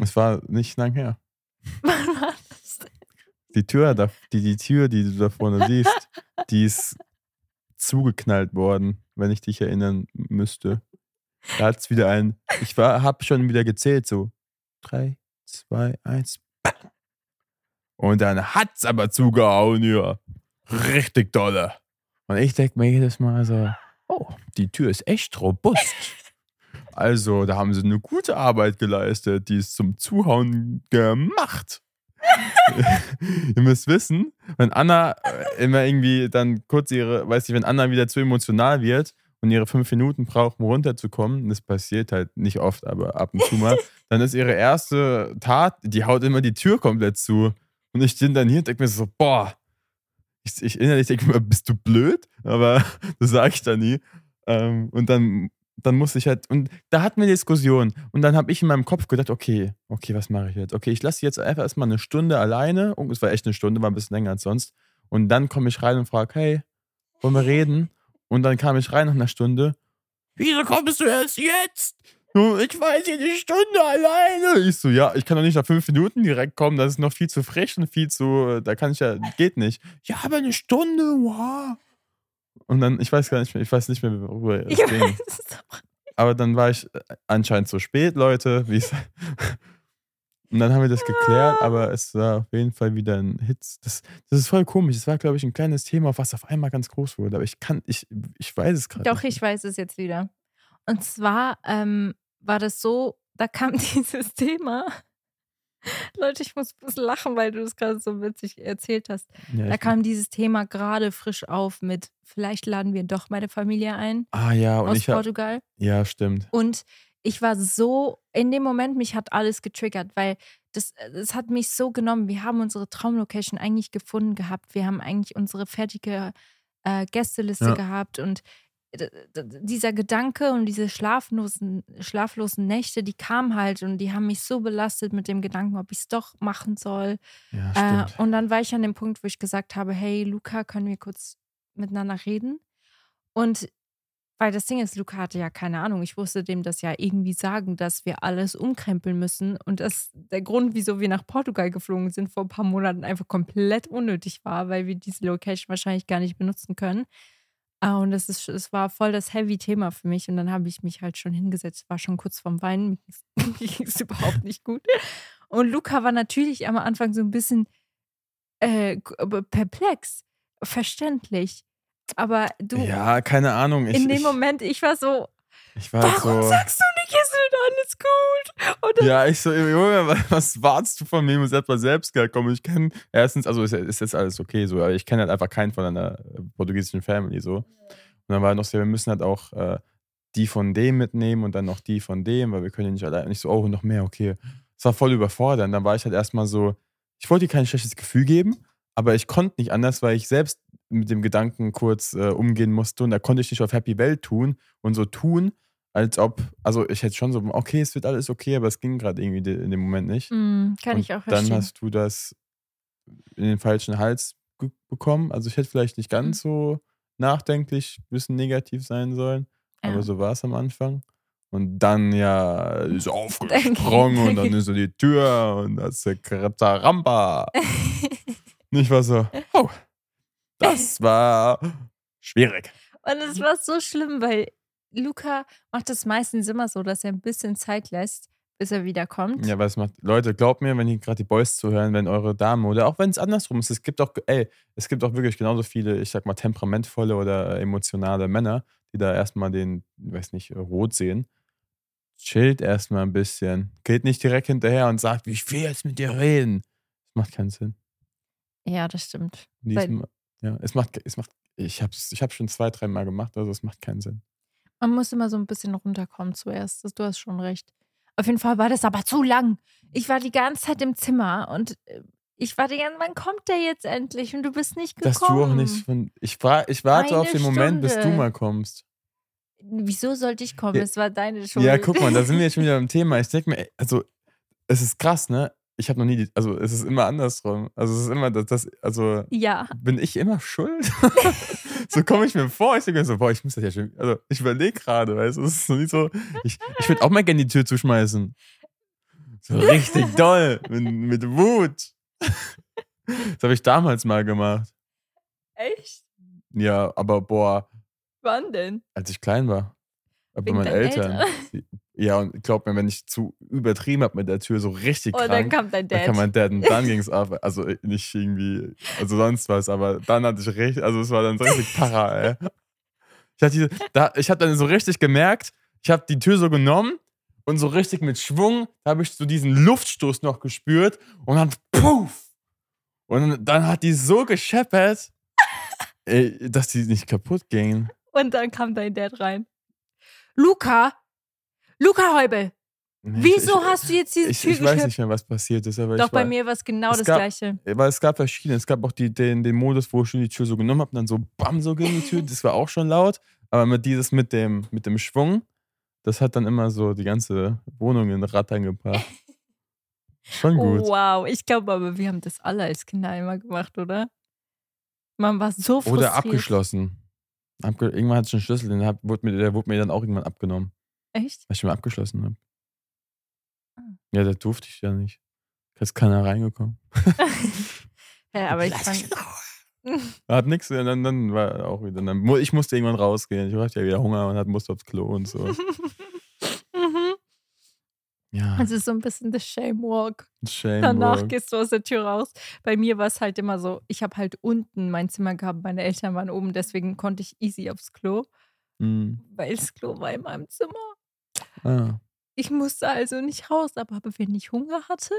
Speaker 2: Es war nicht lang her.
Speaker 1: Wann war das denn?
Speaker 2: Die Tür, da, die, die Tür, die du da vorne siehst, die ist zugeknallt worden, wenn ich dich erinnern müsste. Da hat es wieder ein. Ich war, hab schon wieder gezählt, so. Drei, zwei, eins. bam. Und dann hat's aber zugehauen, ja. Richtig dolle. Und ich denke mir jedes Mal so, oh, die Tür ist echt robust. Also, da haben sie eine gute Arbeit geleistet, die ist zum Zuhauen gemacht. Ihr müsst wissen, wenn Anna äh, immer irgendwie dann kurz ihre, weiß ich, wenn Anna wieder zu emotional wird und ihre fünf Minuten braucht, um runterzukommen, das passiert halt nicht oft, aber ab und zu mal, dann ist ihre erste Tat, die haut immer die Tür komplett zu. Und ich stehe dann hier und denke mir so, boah, ich, ich innerlich denke mir, bist du blöd? Aber das sage ich dann nie. Ähm, und dann, dann musste ich halt, und da hatten wir Diskussion. Und dann habe ich in meinem Kopf gedacht, okay, okay, was mache ich jetzt? Okay, ich lasse sie jetzt einfach erstmal eine Stunde alleine. Und es war echt eine Stunde, war ein bisschen länger als sonst. Und dann komme ich rein und frage, hey, wollen wir reden? Und dann kam ich rein nach einer Stunde. Wieso kommst du erst jetzt? Nun, Ich weiß hier eine Stunde alleine. Ich so, ja, ich kann doch nicht nach fünf Minuten direkt kommen. Das ist noch viel zu frisch und viel zu, äh, da kann ich ja, geht nicht. Ja, aber eine Stunde, wow. Und dann, ich weiß gar nicht mehr, ich weiß nicht mehr, worüber es
Speaker 1: Ich
Speaker 2: ging.
Speaker 1: weiß es auch.
Speaker 2: Aber dann war ich äh, anscheinend zu spät, Leute. Wie es- und dann haben wir das geklärt,
Speaker 1: Ah.
Speaker 2: aber es war auf jeden Fall wieder ein Hit. Das, das ist voll komisch. Es war, glaube ich, ein kleines Thema, was auf einmal ganz groß wurde. Aber ich kann, ich, ich weiß es gerade.
Speaker 1: Doch,
Speaker 2: nicht.
Speaker 1: ich weiß es jetzt wieder. Und zwar ähm, war das so, da kam dieses Thema. Leute, ich muss ein bisschen lachen, weil du es gerade so witzig erzählt hast.
Speaker 2: Ja,
Speaker 1: Da
Speaker 2: ich-
Speaker 1: kam dieses Thema gerade frisch auf mit, vielleicht laden wir doch meine Familie ein
Speaker 2: Ah ja, und
Speaker 1: aus
Speaker 2: ich habe.
Speaker 1: Portugal.
Speaker 2: Ja, stimmt.
Speaker 1: Und ich war so, in dem Moment, mich hat alles getriggert, weil das, das hat mich so genommen. Wir haben unsere Traumlocation eigentlich gefunden gehabt. Wir haben eigentlich unsere fertige äh, Gästeliste
Speaker 2: Ja.
Speaker 1: gehabt und äh, d- d- dieser Gedanke und diese schlaflosen, schlaflosen Nächte, die kamen halt und die haben mich so belastet mit dem Gedanken, ob ich es doch machen soll.
Speaker 2: Ja,
Speaker 1: Äh,
Speaker 2: stimmt.
Speaker 1: und dann war ich an dem Punkt, wo ich gesagt habe, hey, Luca, können wir kurz miteinander reden? Und weil das Ding ist, Luca hatte ja keine Ahnung. Ich wusste dem das ja irgendwie sagen, dass wir alles umkrempeln müssen und dass der Grund, wieso wir nach Portugal geflogen sind, vor ein paar Monaten einfach komplett unnötig war, weil wir diese Location wahrscheinlich gar nicht benutzen können. Ah, Und es, ist, es war voll das Heavy-Thema für mich. Und dann habe ich mich halt schon hingesetzt, war schon kurz vorm Weinen. Mir ging's- Mir ging es überhaupt nicht gut. Und Luca war natürlich am Anfang so ein bisschen äh, g- perplex, verständlich. Aber du,
Speaker 2: ja, keine Ahnung. Ich,
Speaker 1: in dem
Speaker 2: ich,
Speaker 1: Moment, ich war so,
Speaker 2: ich war halt
Speaker 1: warum
Speaker 2: so.
Speaker 1: sagst du nicht, es wird alles gut? Und dann,
Speaker 2: Ja, ich so, Junge, wa- was wartest du von mir? Ich muss erstmal selbst kommen. Ich kenne erstens, also ist, ist jetzt alles okay so, aber ich kenne halt einfach keinen von einer äh, portugiesischen Family so. Und dann war noch so, ja, wir müssen halt auch äh, die von dem mitnehmen und dann noch die von dem, weil wir können ja nicht allein. Und ich so, oh, noch mehr, okay. Es war voll überfordernd. Dann war ich halt erstmal so, ich wollte ihr kein schlechtes Gefühl geben, aber ich konnte nicht anders, weil ich selbst mit dem Gedanken kurz äh, umgehen musste und da konnte ich nicht auf Happy Welt tun und so tun, als ob, also ich hätte schon so, okay, es wird alles okay, aber es ging gerade irgendwie de- in dem Moment nicht.
Speaker 1: Mm, kann
Speaker 2: und
Speaker 1: ich auch
Speaker 2: Dann
Speaker 1: verstehen.
Speaker 2: hast du das in den falschen Hals ge- bekommen. Also ich hätte vielleicht nicht ganz
Speaker 1: Hm.
Speaker 2: so nachdenklich, ein bisschen negativ sein sollen,
Speaker 1: Ja.
Speaker 2: aber so war es am Anfang. Und dann ja ist er
Speaker 1: Dann-
Speaker 2: aufgesprungen und dann ist er die Tür und das ist der Kratarampa. Und ich war so, oh, das war schwierig.
Speaker 1: Und es war so schlimm, weil Luca macht das meistens immer so, dass er ein bisschen Zeit lässt, bis er wiederkommt.
Speaker 2: Ja, weil es macht. Leute, glaubt mir, wenn ihr gerade die Boys zuhören, wenn eure Damen oder auch wenn es andersrum ist, es gibt auch, ey, es gibt auch wirklich genauso viele, ich sag mal, temperamentvolle oder äh, emotionale Männer, die da erstmal den, weiß nicht, rot sehen, chillt erstmal ein bisschen. Geht nicht direkt hinterher und sagt, ich will jetzt mit dir reden. Das macht keinen Sinn.
Speaker 1: Ja, das stimmt. Weil-
Speaker 2: Diesmal, ja, es macht, es macht, ich hab's, ich hab's schon zwei, dreimal gemacht, also es macht keinen Sinn.
Speaker 1: Man muss immer so ein bisschen runterkommen zuerst. Das- Du hast schon recht. Auf jeden Fall war das aber zu lang. Ich war die ganze Zeit im Zimmer und äh, ich war die ganze Wann kommt der jetzt endlich? Und du bist nicht gekommen.
Speaker 2: Dass du auch nicht von, ich, fra- ich warte
Speaker 1: Eine
Speaker 2: auf den Moment, bis du
Speaker 1: Stunde.
Speaker 2: mal kommst.
Speaker 1: Wieso sollte ich kommen?
Speaker 2: Ja.
Speaker 1: Es war deine Schuld.
Speaker 2: Ja, guck mal, da sind wir jetzt schon wieder beim Thema. Ich denke mir, ey, also, es ist krass, ne? Ich habe noch nie, die, also, es ist immer andersrum. Also, es ist immer, dass das, also,
Speaker 1: Ja,
Speaker 2: bin ich immer schuld? so komme ich mir vor. Ich denke mir so, boah, ich muss das ja schon, also, ich überlege gerade, weißt du, es ist so nicht so, ich, ich würde auch mal gerne die Tür zuschmeißen. So richtig doll, mit, mit Wut. Das habe ich damals mal gemacht.
Speaker 1: echt?
Speaker 2: Ja, aber boah,
Speaker 1: Wann denn?
Speaker 2: als ich klein war. Aber bei
Speaker 1: Wegen
Speaker 2: meinen
Speaker 1: deinen
Speaker 2: Eltern. Ja, und glaub mir, wenn ich zu übertrieben habe mit der Tür, so richtig
Speaker 1: Und Oh, dann
Speaker 2: krank,
Speaker 1: kam dein
Speaker 2: dann
Speaker 1: Dad.
Speaker 2: kam mein Dad und dann ging es ab. Also nicht irgendwie, also sonst was, aber dann hatte ich richtig, also es war dann so richtig para, ey. Ich hatte, diese, da, ich hab dann so richtig gemerkt, ich habe die Tür so genommen und so richtig mit Schwung habe ich so diesen Luftstoß noch gespürt und dann puff! Und dann hat die so gescheppert, ey, dass die nicht kaputt gingen.
Speaker 1: und dann kam dein Dad rein. Luca! Luca Heubel! Wieso
Speaker 2: ich,
Speaker 1: hast du jetzt diese
Speaker 2: ich,
Speaker 1: Tür
Speaker 2: ich weiß
Speaker 1: geschleppt?
Speaker 2: nicht mehr, was passiert ist, aber
Speaker 1: Doch,
Speaker 2: ich
Speaker 1: bei
Speaker 2: war-
Speaker 1: mir war es genau
Speaker 2: Es
Speaker 1: das
Speaker 2: gab-
Speaker 1: Gleiche.
Speaker 2: Weil es gab verschiedene. Es gab auch die, den, den Modus, wo ich schon die Tür so genommen habe und dann so bam so gegen die Tür. Das war auch schon laut. Aber mit dieses mit dem, mit dem Schwung, das hat dann immer so die ganze Wohnung in Rattern gebracht. Schon
Speaker 1: Oh,
Speaker 2: gut.
Speaker 1: Wow, ich glaube aber, wir haben das alle als Kinder immer gemacht, oder? Man war so frustriert.
Speaker 2: Oder abgeschlossen. Abge irgendwann hatte ich einen Schlüssel, den hab, wurde mir, der wurde mir dann auch irgendwann abgenommen,
Speaker 1: Echt?
Speaker 2: weil ich ihn mal abgeschlossen habe.
Speaker 1: Ah.
Speaker 2: Ja, da durfte ich ja nicht. Da ist keiner reingekommen.
Speaker 1: ja, aber ich
Speaker 2: Lass
Speaker 1: fand,
Speaker 2: mich Hat nix, ja, dann, dann war auch wieder. Dann, mu- ich musste irgendwann rausgehen. Ich hatte ja wieder Hunger und hat musste aufs Klo und so.
Speaker 1: Mhm.
Speaker 2: Ah. Ja,
Speaker 1: Es ist so ein bisschen the shame walk.
Speaker 2: shame.
Speaker 1: Also Danach
Speaker 2: work.
Speaker 1: gehst du aus der Tür raus. Bei mir war es halt immer so, ich habe halt unten mein Zimmer gehabt, meine Eltern waren oben, deswegen konnte ich easy aufs Klo,
Speaker 2: Mm.
Speaker 1: weil das Klo war in meinem Zimmer.
Speaker 2: Ah,
Speaker 1: Ich musste also nicht raus, aber wenn ich Hunger hatte,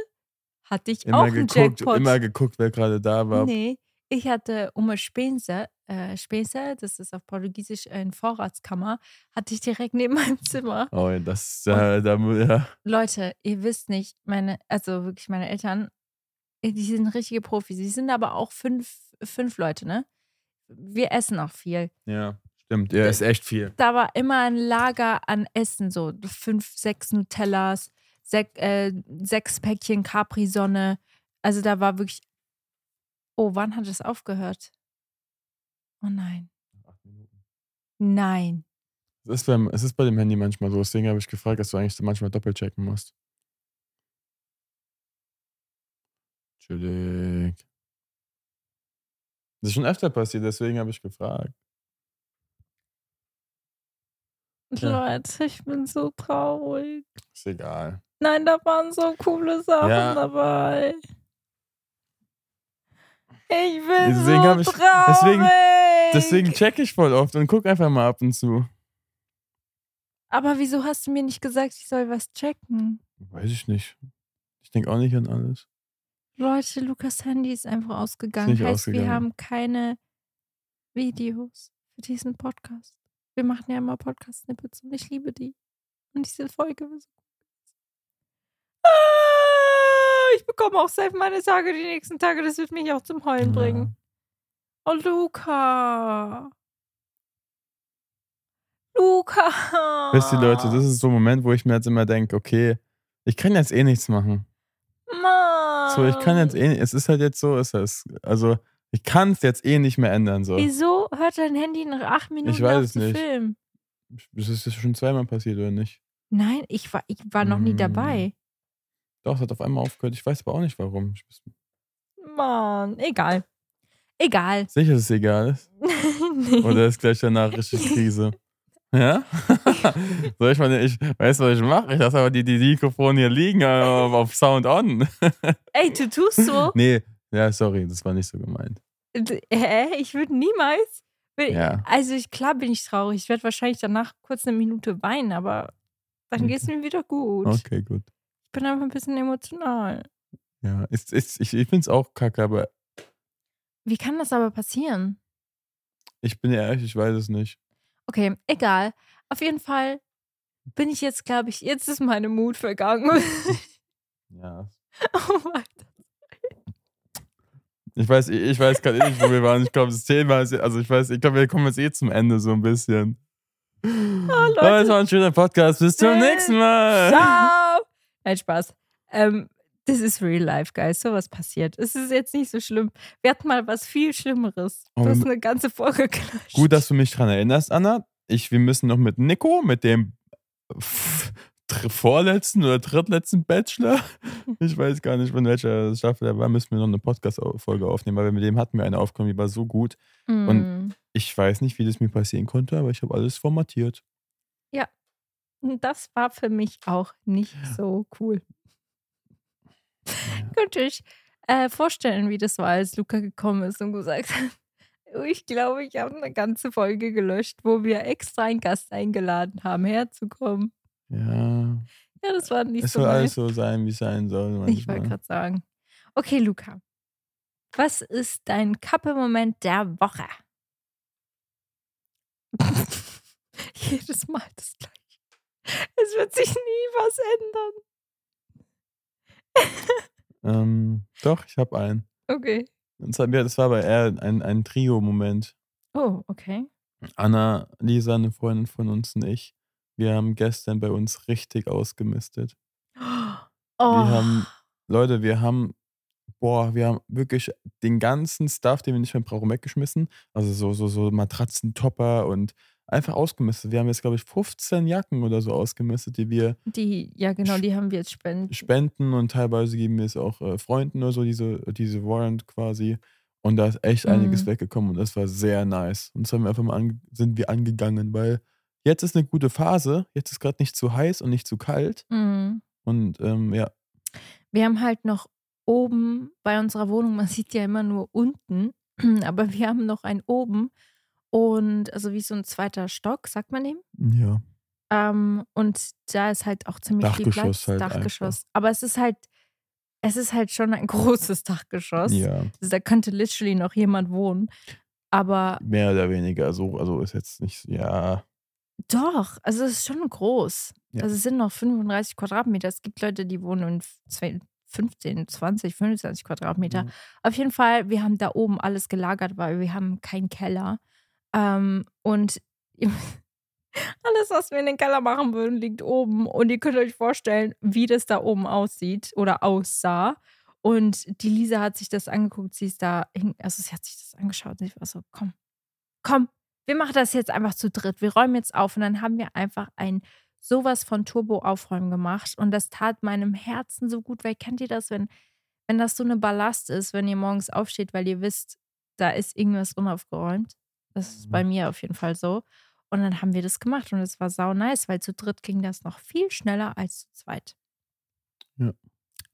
Speaker 1: hatte ich auch
Speaker 2: immer
Speaker 1: einen
Speaker 2: geguckt,
Speaker 1: Jackpot.
Speaker 2: immer geguckt, wer gerade da war.
Speaker 1: Nee, Ne, ich hatte Oma Spenser, äh, Spenser, das ist auf Portugiesisch eine Vorratskammer, hatte ich direkt neben meinem Zimmer.
Speaker 2: Oh, ja, das, äh, da, mu- ja.
Speaker 1: Leute, ihr wisst nicht, meine, also wirklich meine Eltern, äh, die sind richtige Profis. Sie sind aber auch fünf, fünf Leute, ne? Wir essen auch viel.
Speaker 2: ja, stimmt. Ja, ist echt viel.
Speaker 1: Da war immer ein Lager an Essen, so fünf, sechs Nutellas, sech, äh, sechs Päckchen Capri-Sonne. Also da war wirklich. Oh, wann hat es aufgehört? Oh nein. Nein.
Speaker 2: Es ist, beim, es ist bei dem Handy manchmal so. Deswegen habe ich gefragt, dass du eigentlich manchmal doppelt checken musst. Entschuldigung. Das ist schon öfter passiert, deswegen habe ich gefragt. Ja.
Speaker 1: Leute, ich bin so traurig.
Speaker 2: Ist egal.
Speaker 1: Nein, da waren so coole Sachen
Speaker 2: Ja.
Speaker 1: dabei. Ich bin
Speaker 2: Deswegen
Speaker 1: so
Speaker 2: hab ich-
Speaker 1: traurig.
Speaker 2: deswegen- Deswegen checke ich voll oft und guck einfach mal ab und zu.
Speaker 1: Aber wieso hast du mir nicht gesagt, ich soll was checken?
Speaker 2: Weiß ich nicht. Ich denke auch nicht an alles.
Speaker 1: Leute, Lukas Handy ist einfach ausgegangen.
Speaker 2: nicht
Speaker 1: heißt,
Speaker 2: ausgegangen.
Speaker 1: wir haben keine Videos für diesen Podcast. Wir machen ja immer Podcast-Snippets und ich liebe die. Und diese Folge war so gut. Ah, ich bekomme auch safe meine Tage die nächsten Tage. Das wird mich auch zum Heulen bringen. Oh, Luca. Luca.
Speaker 2: Wisst ihr, Leute, das ist so ein Moment, wo ich mir jetzt immer denke, okay, ich kann jetzt eh nichts machen.
Speaker 1: Mann.
Speaker 2: So, ich kann
Speaker 1: Ah.
Speaker 2: jetzt eh, es ist halt jetzt so, ist es. Also, ich kann es jetzt eh nicht mehr ändern. So.
Speaker 1: Wieso hört dein Handy nach acht Minuten
Speaker 2: weiß
Speaker 1: auf
Speaker 2: es
Speaker 1: zu
Speaker 2: nicht.
Speaker 1: filmen?
Speaker 2: Das ist das schon zweimal passiert, oder nicht?
Speaker 1: Nein, ich war, ich war noch nie
Speaker 2: Mm.
Speaker 1: dabei.
Speaker 2: Doch, es hat auf einmal aufgehört. Ich weiß aber auch nicht warum. Ich bin Mm.
Speaker 1: Mann, egal. Egal.
Speaker 2: sicher, dass es egal ist.
Speaker 1: Nee.
Speaker 2: Oder ist gleich danach richtig Krise? Ja? Soll ich mal, ich weiß, was ich mache. Ich lasse aber die, die Mikrofone hier liegen äh, auf Sound on.
Speaker 1: Ey, du tust so.
Speaker 2: Nee, ja, sorry, das war nicht so gemeint.
Speaker 1: D- Hä? Ich würde niemals. Will-
Speaker 2: Ja.
Speaker 1: Also ich, klar bin ich traurig. Ich werde wahrscheinlich danach kurz eine Minute weinen, aber dann geht es mir wieder gut.
Speaker 2: Mhm. Okay, gut.
Speaker 1: Ich bin einfach ein bisschen emotional.
Speaker 2: Ja, ist, ist, ich, ich find's auch kacke, aber
Speaker 1: Wie kann das aber passieren?
Speaker 2: ich bin ehrlich, ich weiß es nicht.
Speaker 1: Okay, egal. Auf jeden Fall bin ich jetzt, glaube ich, jetzt ist meine Mut vergangen.
Speaker 2: Ja.
Speaker 1: oh mein
Speaker 2: Ich weiß, ich, ich weiß gerade eh nicht, wo wir waren. Ich glaube, das Thema ist, also ich weiß, ich glaube, wir kommen jetzt eh zum Ende so ein bisschen. Oh,
Speaker 1: Ah, Leute.
Speaker 2: das war ein schöner Podcast. Bis zum nächsten Mal.
Speaker 1: Ciao! Nein, Spaß. Ähm, das ist real life, guys. So was passiert. Es ist jetzt nicht so schlimm. Wir hatten mal was viel Schlimmeres. Du
Speaker 2: Oh,
Speaker 1: hast
Speaker 2: wir-
Speaker 1: eine ganze Folge gelöscht.
Speaker 2: Gut, dass du mich dran erinnerst, Anna. Ich, wir müssen noch mit Nico, mit dem f- dr- vorletzten oder drittletzten Bachelor, ich weiß gar nicht, von welcher Staffel er war, müssen wir noch eine Podcast-Folge aufnehmen, weil wir mit dem hatten wir eine aufgenommen, die war so gut.
Speaker 1: Und
Speaker 2: Ich weiß nicht, wie das mir passieren konnte, aber ich habe alles formatiert.
Speaker 1: das war für mich auch nicht so cool. Könnte ich äh, vorstellen, wie das war, als Luca gekommen ist und gesagt hat, "Oh, ich glaube, ich habe eine ganze Folge gelöscht, wo wir extra einen Gast eingeladen haben, herzukommen.
Speaker 2: Ja,
Speaker 1: Ja, das war nicht
Speaker 2: es
Speaker 1: so
Speaker 2: soll
Speaker 1: nice.
Speaker 2: alles so sein, wie es sein soll.
Speaker 1: Ich wollte
Speaker 2: manchmal.
Speaker 1: gerade sagen. Okay, Luca. Was ist dein Kappe-Moment der Woche? Jedes Mal das gleiche. Es wird sich nie was ändern.
Speaker 2: ähm, doch, ich habe einen.
Speaker 1: Okay.
Speaker 2: Und zwar- ja, Das war bei er ein, ein Trio-Moment.
Speaker 1: Oh, okay.
Speaker 2: Anna, Lisa, eine Freundin von uns und ich, wir haben gestern bei uns richtig ausgemistet.
Speaker 1: Oh.
Speaker 2: haben- Leute, wir haben, boah, wir haben wirklich den ganzen Stuff, den wir nicht mehr brauchen, weggeschmissen. Also so, so, so Matratzen, Topper und einfach ausgemistet. Wir haben jetzt, glaube ich, 15 Jacken oder so ausgemistet, die wir
Speaker 1: die, ja genau, die haben wir jetzt spenden.
Speaker 2: spenden und teilweise geben wir es auch äh, Freunden oder so, diese, diese Warrant quasi. Und da ist echt einiges
Speaker 1: Mhm.
Speaker 2: weggekommen und das war sehr nice. Und das haben wir einfach mal ange sind wir angegangen, weil jetzt ist eine gute Phase, jetzt ist gerade nicht zu heiß und nicht zu kalt.
Speaker 1: Mhm.
Speaker 2: Und ähm, ja,
Speaker 1: Wir haben halt noch oben bei unserer Wohnung, man sieht ja immer nur unten, aber wir haben noch einen oben und also wie so ein zweiter Stock, sagt man dem?
Speaker 2: ja.
Speaker 1: Ähm, und da ist halt auch ziemlich viel
Speaker 2: Dachgeschoss
Speaker 1: Platz.
Speaker 2: halt
Speaker 1: Dachgeschoss. Aber es ist halt, es ist halt schon ein großes Dachgeschoss.
Speaker 2: ja,
Speaker 1: Also da könnte literally noch jemand wohnen. Aber
Speaker 2: mehr oder weniger. So, also ist jetzt nicht, ja.
Speaker 1: doch, also es ist schon groß.
Speaker 2: Ja.
Speaker 1: Also es sind noch 35 Quadratmeter. Es gibt Leute, die wohnen in zwei- 15, 20, 25
Speaker 2: Hm.
Speaker 1: Quadratmeter. Auf jeden Fall, wir haben da oben alles gelagert, weil wir haben keinen Keller. Ähm, und alles, was wir in den Keller machen würden, liegt oben. Und ihr könnt euch vorstellen, wie das da oben aussieht oder aussah. Und die Lisa hat sich das angeguckt, sie ist da, hin, also sie hat sich das angeschaut und ich war so, komm, komm, wir machen das jetzt einfach zu dritt. Wir räumen jetzt auf und dann haben wir einfach ein sowas von Turbo aufräumen gemacht und das tat meinem Herzen so gut, weil kennt ihr das, wenn wenn das so eine Ballast ist, wenn ihr morgens aufsteht, weil ihr wisst, da ist irgendwas unaufgeräumt. Das ist bei mir auf jeden Fall so. Und dann haben wir das gemacht und es war sau nice, weil zu dritt ging das noch viel schneller als zu zweit.
Speaker 2: Ja.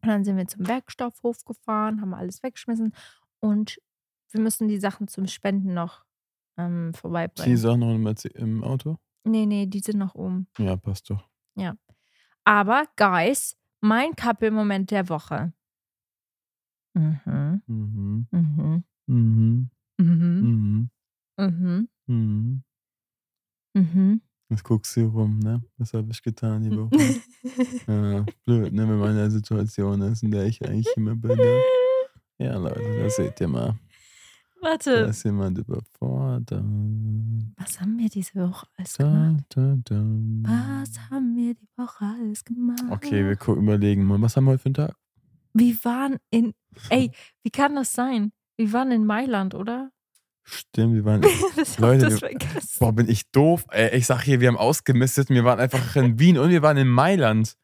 Speaker 1: Und dann sind wir zum Werkstoffhof gefahren, haben alles weggeschmissen und wir müssen die Sachen zum Spenden noch ähm,
Speaker 2: Ist die
Speaker 1: vorbeibringen.
Speaker 2: Sache noch im, Merce- im Auto?
Speaker 1: Nee, nee, die sind noch oben.
Speaker 2: Ja, passt doch.
Speaker 1: Aber, Guys, mein Couple-Moment der Woche. Mhm,
Speaker 2: Mhm.
Speaker 1: mhm,
Speaker 2: Mhm.
Speaker 1: mhm,
Speaker 2: Mhm.
Speaker 1: mhm.
Speaker 2: Mhm.
Speaker 1: Mhm.
Speaker 2: Jetzt guckst du hier rum, ne? Was habe ich getan die
Speaker 1: Hm.
Speaker 2: Woche? Ja, blöd, ne, wenn man in der Situation ist, in der ich eigentlich immer bin. Ne? Ja, Leute, da seht ihr mal. Da
Speaker 1: Warte,
Speaker 2: ist jemand überfordert.
Speaker 1: was haben wir diese Woche alles
Speaker 2: Da,
Speaker 1: gemacht?
Speaker 2: da, da.
Speaker 1: Was haben wir die Woche alles gemacht?
Speaker 2: Okay, wir gucken, überlegen mal, was haben wir heute für einen Tag?
Speaker 1: Wir waren in. Ey, wie kann das sein? Wir waren in Mailand, oder?
Speaker 2: Stimmt, wir waren.
Speaker 1: Das hab
Speaker 2: Leute,
Speaker 1: das
Speaker 2: wir-
Speaker 1: vergessen.
Speaker 2: Boah, bin ich doof. Ey, ich sag hier, wir haben ausgemistet und wir waren einfach in Wien und wir waren in Mailand.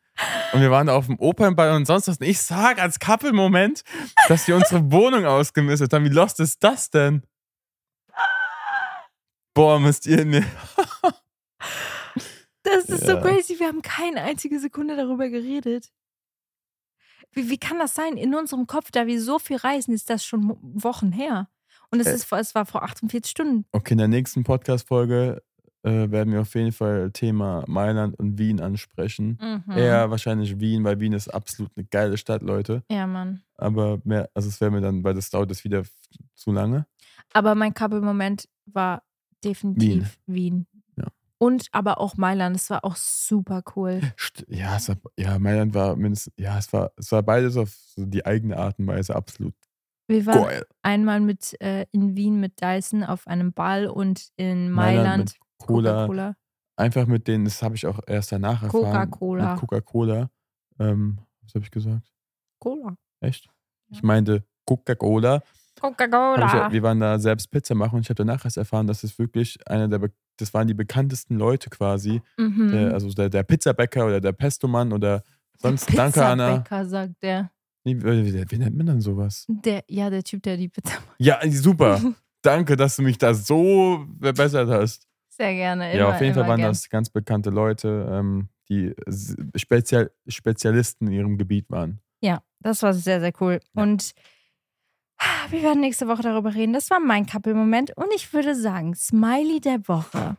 Speaker 2: Und wir waren da auf dem Opernball und sonst was. Und ich sag als Couple-Moment, dass wir unsere Wohnung ausgemistet haben. Wie lost ist das denn? Boah, müsst ihr mir.
Speaker 1: Das ist so
Speaker 2: Ja.
Speaker 1: crazy. Wir haben keine einzige Sekunde darüber geredet. Wie, wie kann das sein? In unserem Kopf, da wir so viel reisen, ist das schon Mo- Wochen her. Und
Speaker 2: Äh.
Speaker 1: es, ist, vor- es war vor 48 Stunden.
Speaker 2: Okay, in der nächsten Podcast-Folge äh, werden wir auf jeden Fall Thema Mailand und Wien ansprechen.
Speaker 1: Mhm.
Speaker 2: Eher wahrscheinlich Wien, weil Wien ist absolut eine geile Stadt, Leute.
Speaker 1: Ja, Mann.
Speaker 2: Aber mehr, also es wäre mir dann, weil das dauert jetzt wieder f- zu lange.
Speaker 1: Aber mein Kabelmoment war definitiv Wien.
Speaker 2: Ja.
Speaker 1: Und aber auch Mailand. Es war auch super cool.
Speaker 2: St- Ja, es war, ja Mailand war mindestens, ja, es war, es war beides auf so die eigene Art und Weise absolut
Speaker 1: Wir waren
Speaker 2: geil.
Speaker 1: einmal mit äh, in Wien mit Dyson auf einem Ball und in Mailand
Speaker 2: mit Cola,
Speaker 1: Coca-Cola.
Speaker 2: einfach mit denen, das habe ich auch erst danach erfahren.
Speaker 1: Coca-Cola.
Speaker 2: mit Coca-Cola. Ähm, was habe ich gesagt?
Speaker 1: Cola.
Speaker 2: Echt? Ich
Speaker 1: Ja.
Speaker 2: meinte Coca-Cola. Hab Ich, ja-
Speaker 1: Coca-Cola.
Speaker 2: wir waren da selbst Pizza machen und ich habe danach erst erfahren, dass es wirklich einer der, be- das waren die bekanntesten Leute quasi.
Speaker 1: Mhm.
Speaker 2: Der, also der, der Pizzabäcker oder der Pestomann oder sonst. Danke, Anna.
Speaker 1: Pizzabäcker, sagt der.
Speaker 2: Nee, wie, wie, wie nennt man denn sowas?
Speaker 1: der. Ja, der Typ, der die Pizza macht.
Speaker 2: Ja, super. Danke, dass du mich da so verbessert hast.
Speaker 1: Sehr gerne. Immer,
Speaker 2: ja, auf jeden Fall
Speaker 1: immer
Speaker 2: waren
Speaker 1: gern.
Speaker 2: das ganz bekannte Leute, ähm, die s- Spezial Spezialisten in ihrem Gebiet waren.
Speaker 1: Ja, das war sehr, sehr cool.
Speaker 2: Ja.
Speaker 1: Und ah, wir werden nächste Woche darüber reden. Das war mein Couple-Moment. Und ich würde sagen, Smiley der Woche.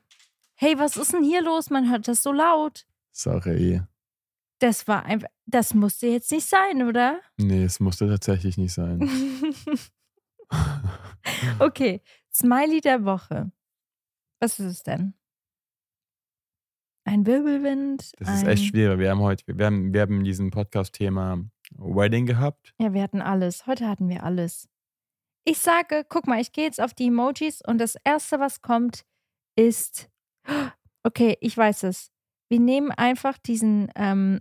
Speaker 1: Hey, was ist denn hier los? Man hört das so laut.
Speaker 2: Sorry.
Speaker 1: Das war einfach, das musste jetzt nicht sein, oder?
Speaker 2: Nee, es musste tatsächlich nicht sein.
Speaker 1: okay, Smiley der Woche. Was ist es denn? Ein Wirbelwind?
Speaker 2: Das ist
Speaker 1: ein,
Speaker 2: echt schwierig. Wir haben heute, wir haben, wir haben diesen Podcast-Thema Wedding gehabt.
Speaker 1: Ja, wir hatten alles. Heute hatten wir alles. Ich sage, guck mal, ich gehe jetzt auf die Emojis und das Erste, was kommt, ist. Okay, ich weiß es. Wir nehmen einfach diesen. Ähm,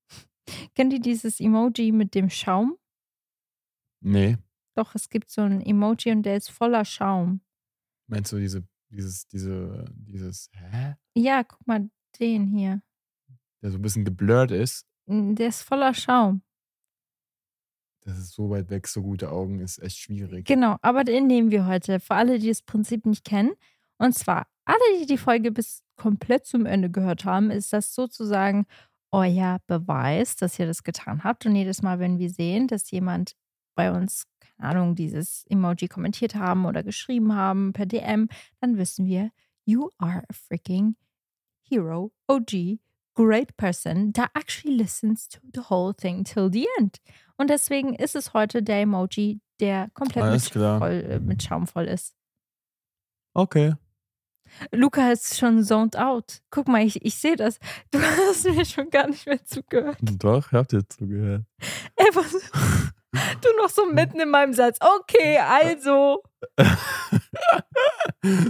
Speaker 1: kennt ihr dieses Emoji mit dem Schaum?
Speaker 2: Nee.
Speaker 1: Doch, es gibt so ein Emoji und der ist voller Schaum.
Speaker 2: Meinst du diese, dieses, diese, dieses, hä?
Speaker 1: Ja, guck mal, den hier.
Speaker 2: Der so ein bisschen geblurrt ist.
Speaker 1: Der ist voller Schaum.
Speaker 2: Das ist so weit weg, so gute Augen, ist echt schwierig.
Speaker 1: Genau, aber den nehmen wir heute. Für alle, die das Prinzip nicht kennen. Und zwar, alle, die die Folge bis komplett zum Ende gehört haben, ist das sozusagen euer Beweis, dass ihr das getan habt. Und jedes Mal, wenn wir sehen, dass jemand bei uns, keine Ahnung, dieses Emoji kommentiert haben oder geschrieben haben per DM, dann wissen wir, you are a freaking hero, OG, great person that actually listens to the whole thing till the end. Und deswegen ist es heute der Emoji, der komplett
Speaker 2: Alles
Speaker 1: mit,
Speaker 2: klar.
Speaker 1: voll, äh, mit Schaum voll ist.
Speaker 2: Okay.
Speaker 1: Luca ist schon zoned out. Guck mal, ich, ich sehe das. Du hast mir schon gar nicht mehr zugehört.
Speaker 2: Doch, habt ihr zugehört.
Speaker 1: Ey, was? Du noch so mitten in meinem Satz. Okay, also.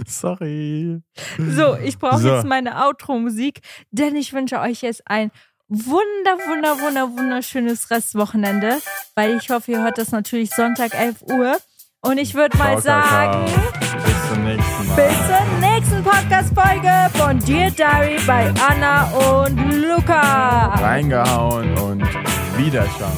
Speaker 2: Sorry.
Speaker 1: So, ich brauche
Speaker 2: So.
Speaker 1: jetzt meine Outro-Musik, denn ich wünsche euch jetzt ein wunder, wunder, wunder, wunderschönes Restwochenende, weil ich hoffe, ihr hört das natürlich Sonntag 11 Uhr. Und ich würde mal
Speaker 2: Ciao, ciao,
Speaker 1: sagen,
Speaker 2: ciao. Bis zum nächsten Mal.
Speaker 1: bis zur nächsten Podcast-Folge von Dear Diary bei Anna und Luca.
Speaker 2: Reingehauen und wiederschauen.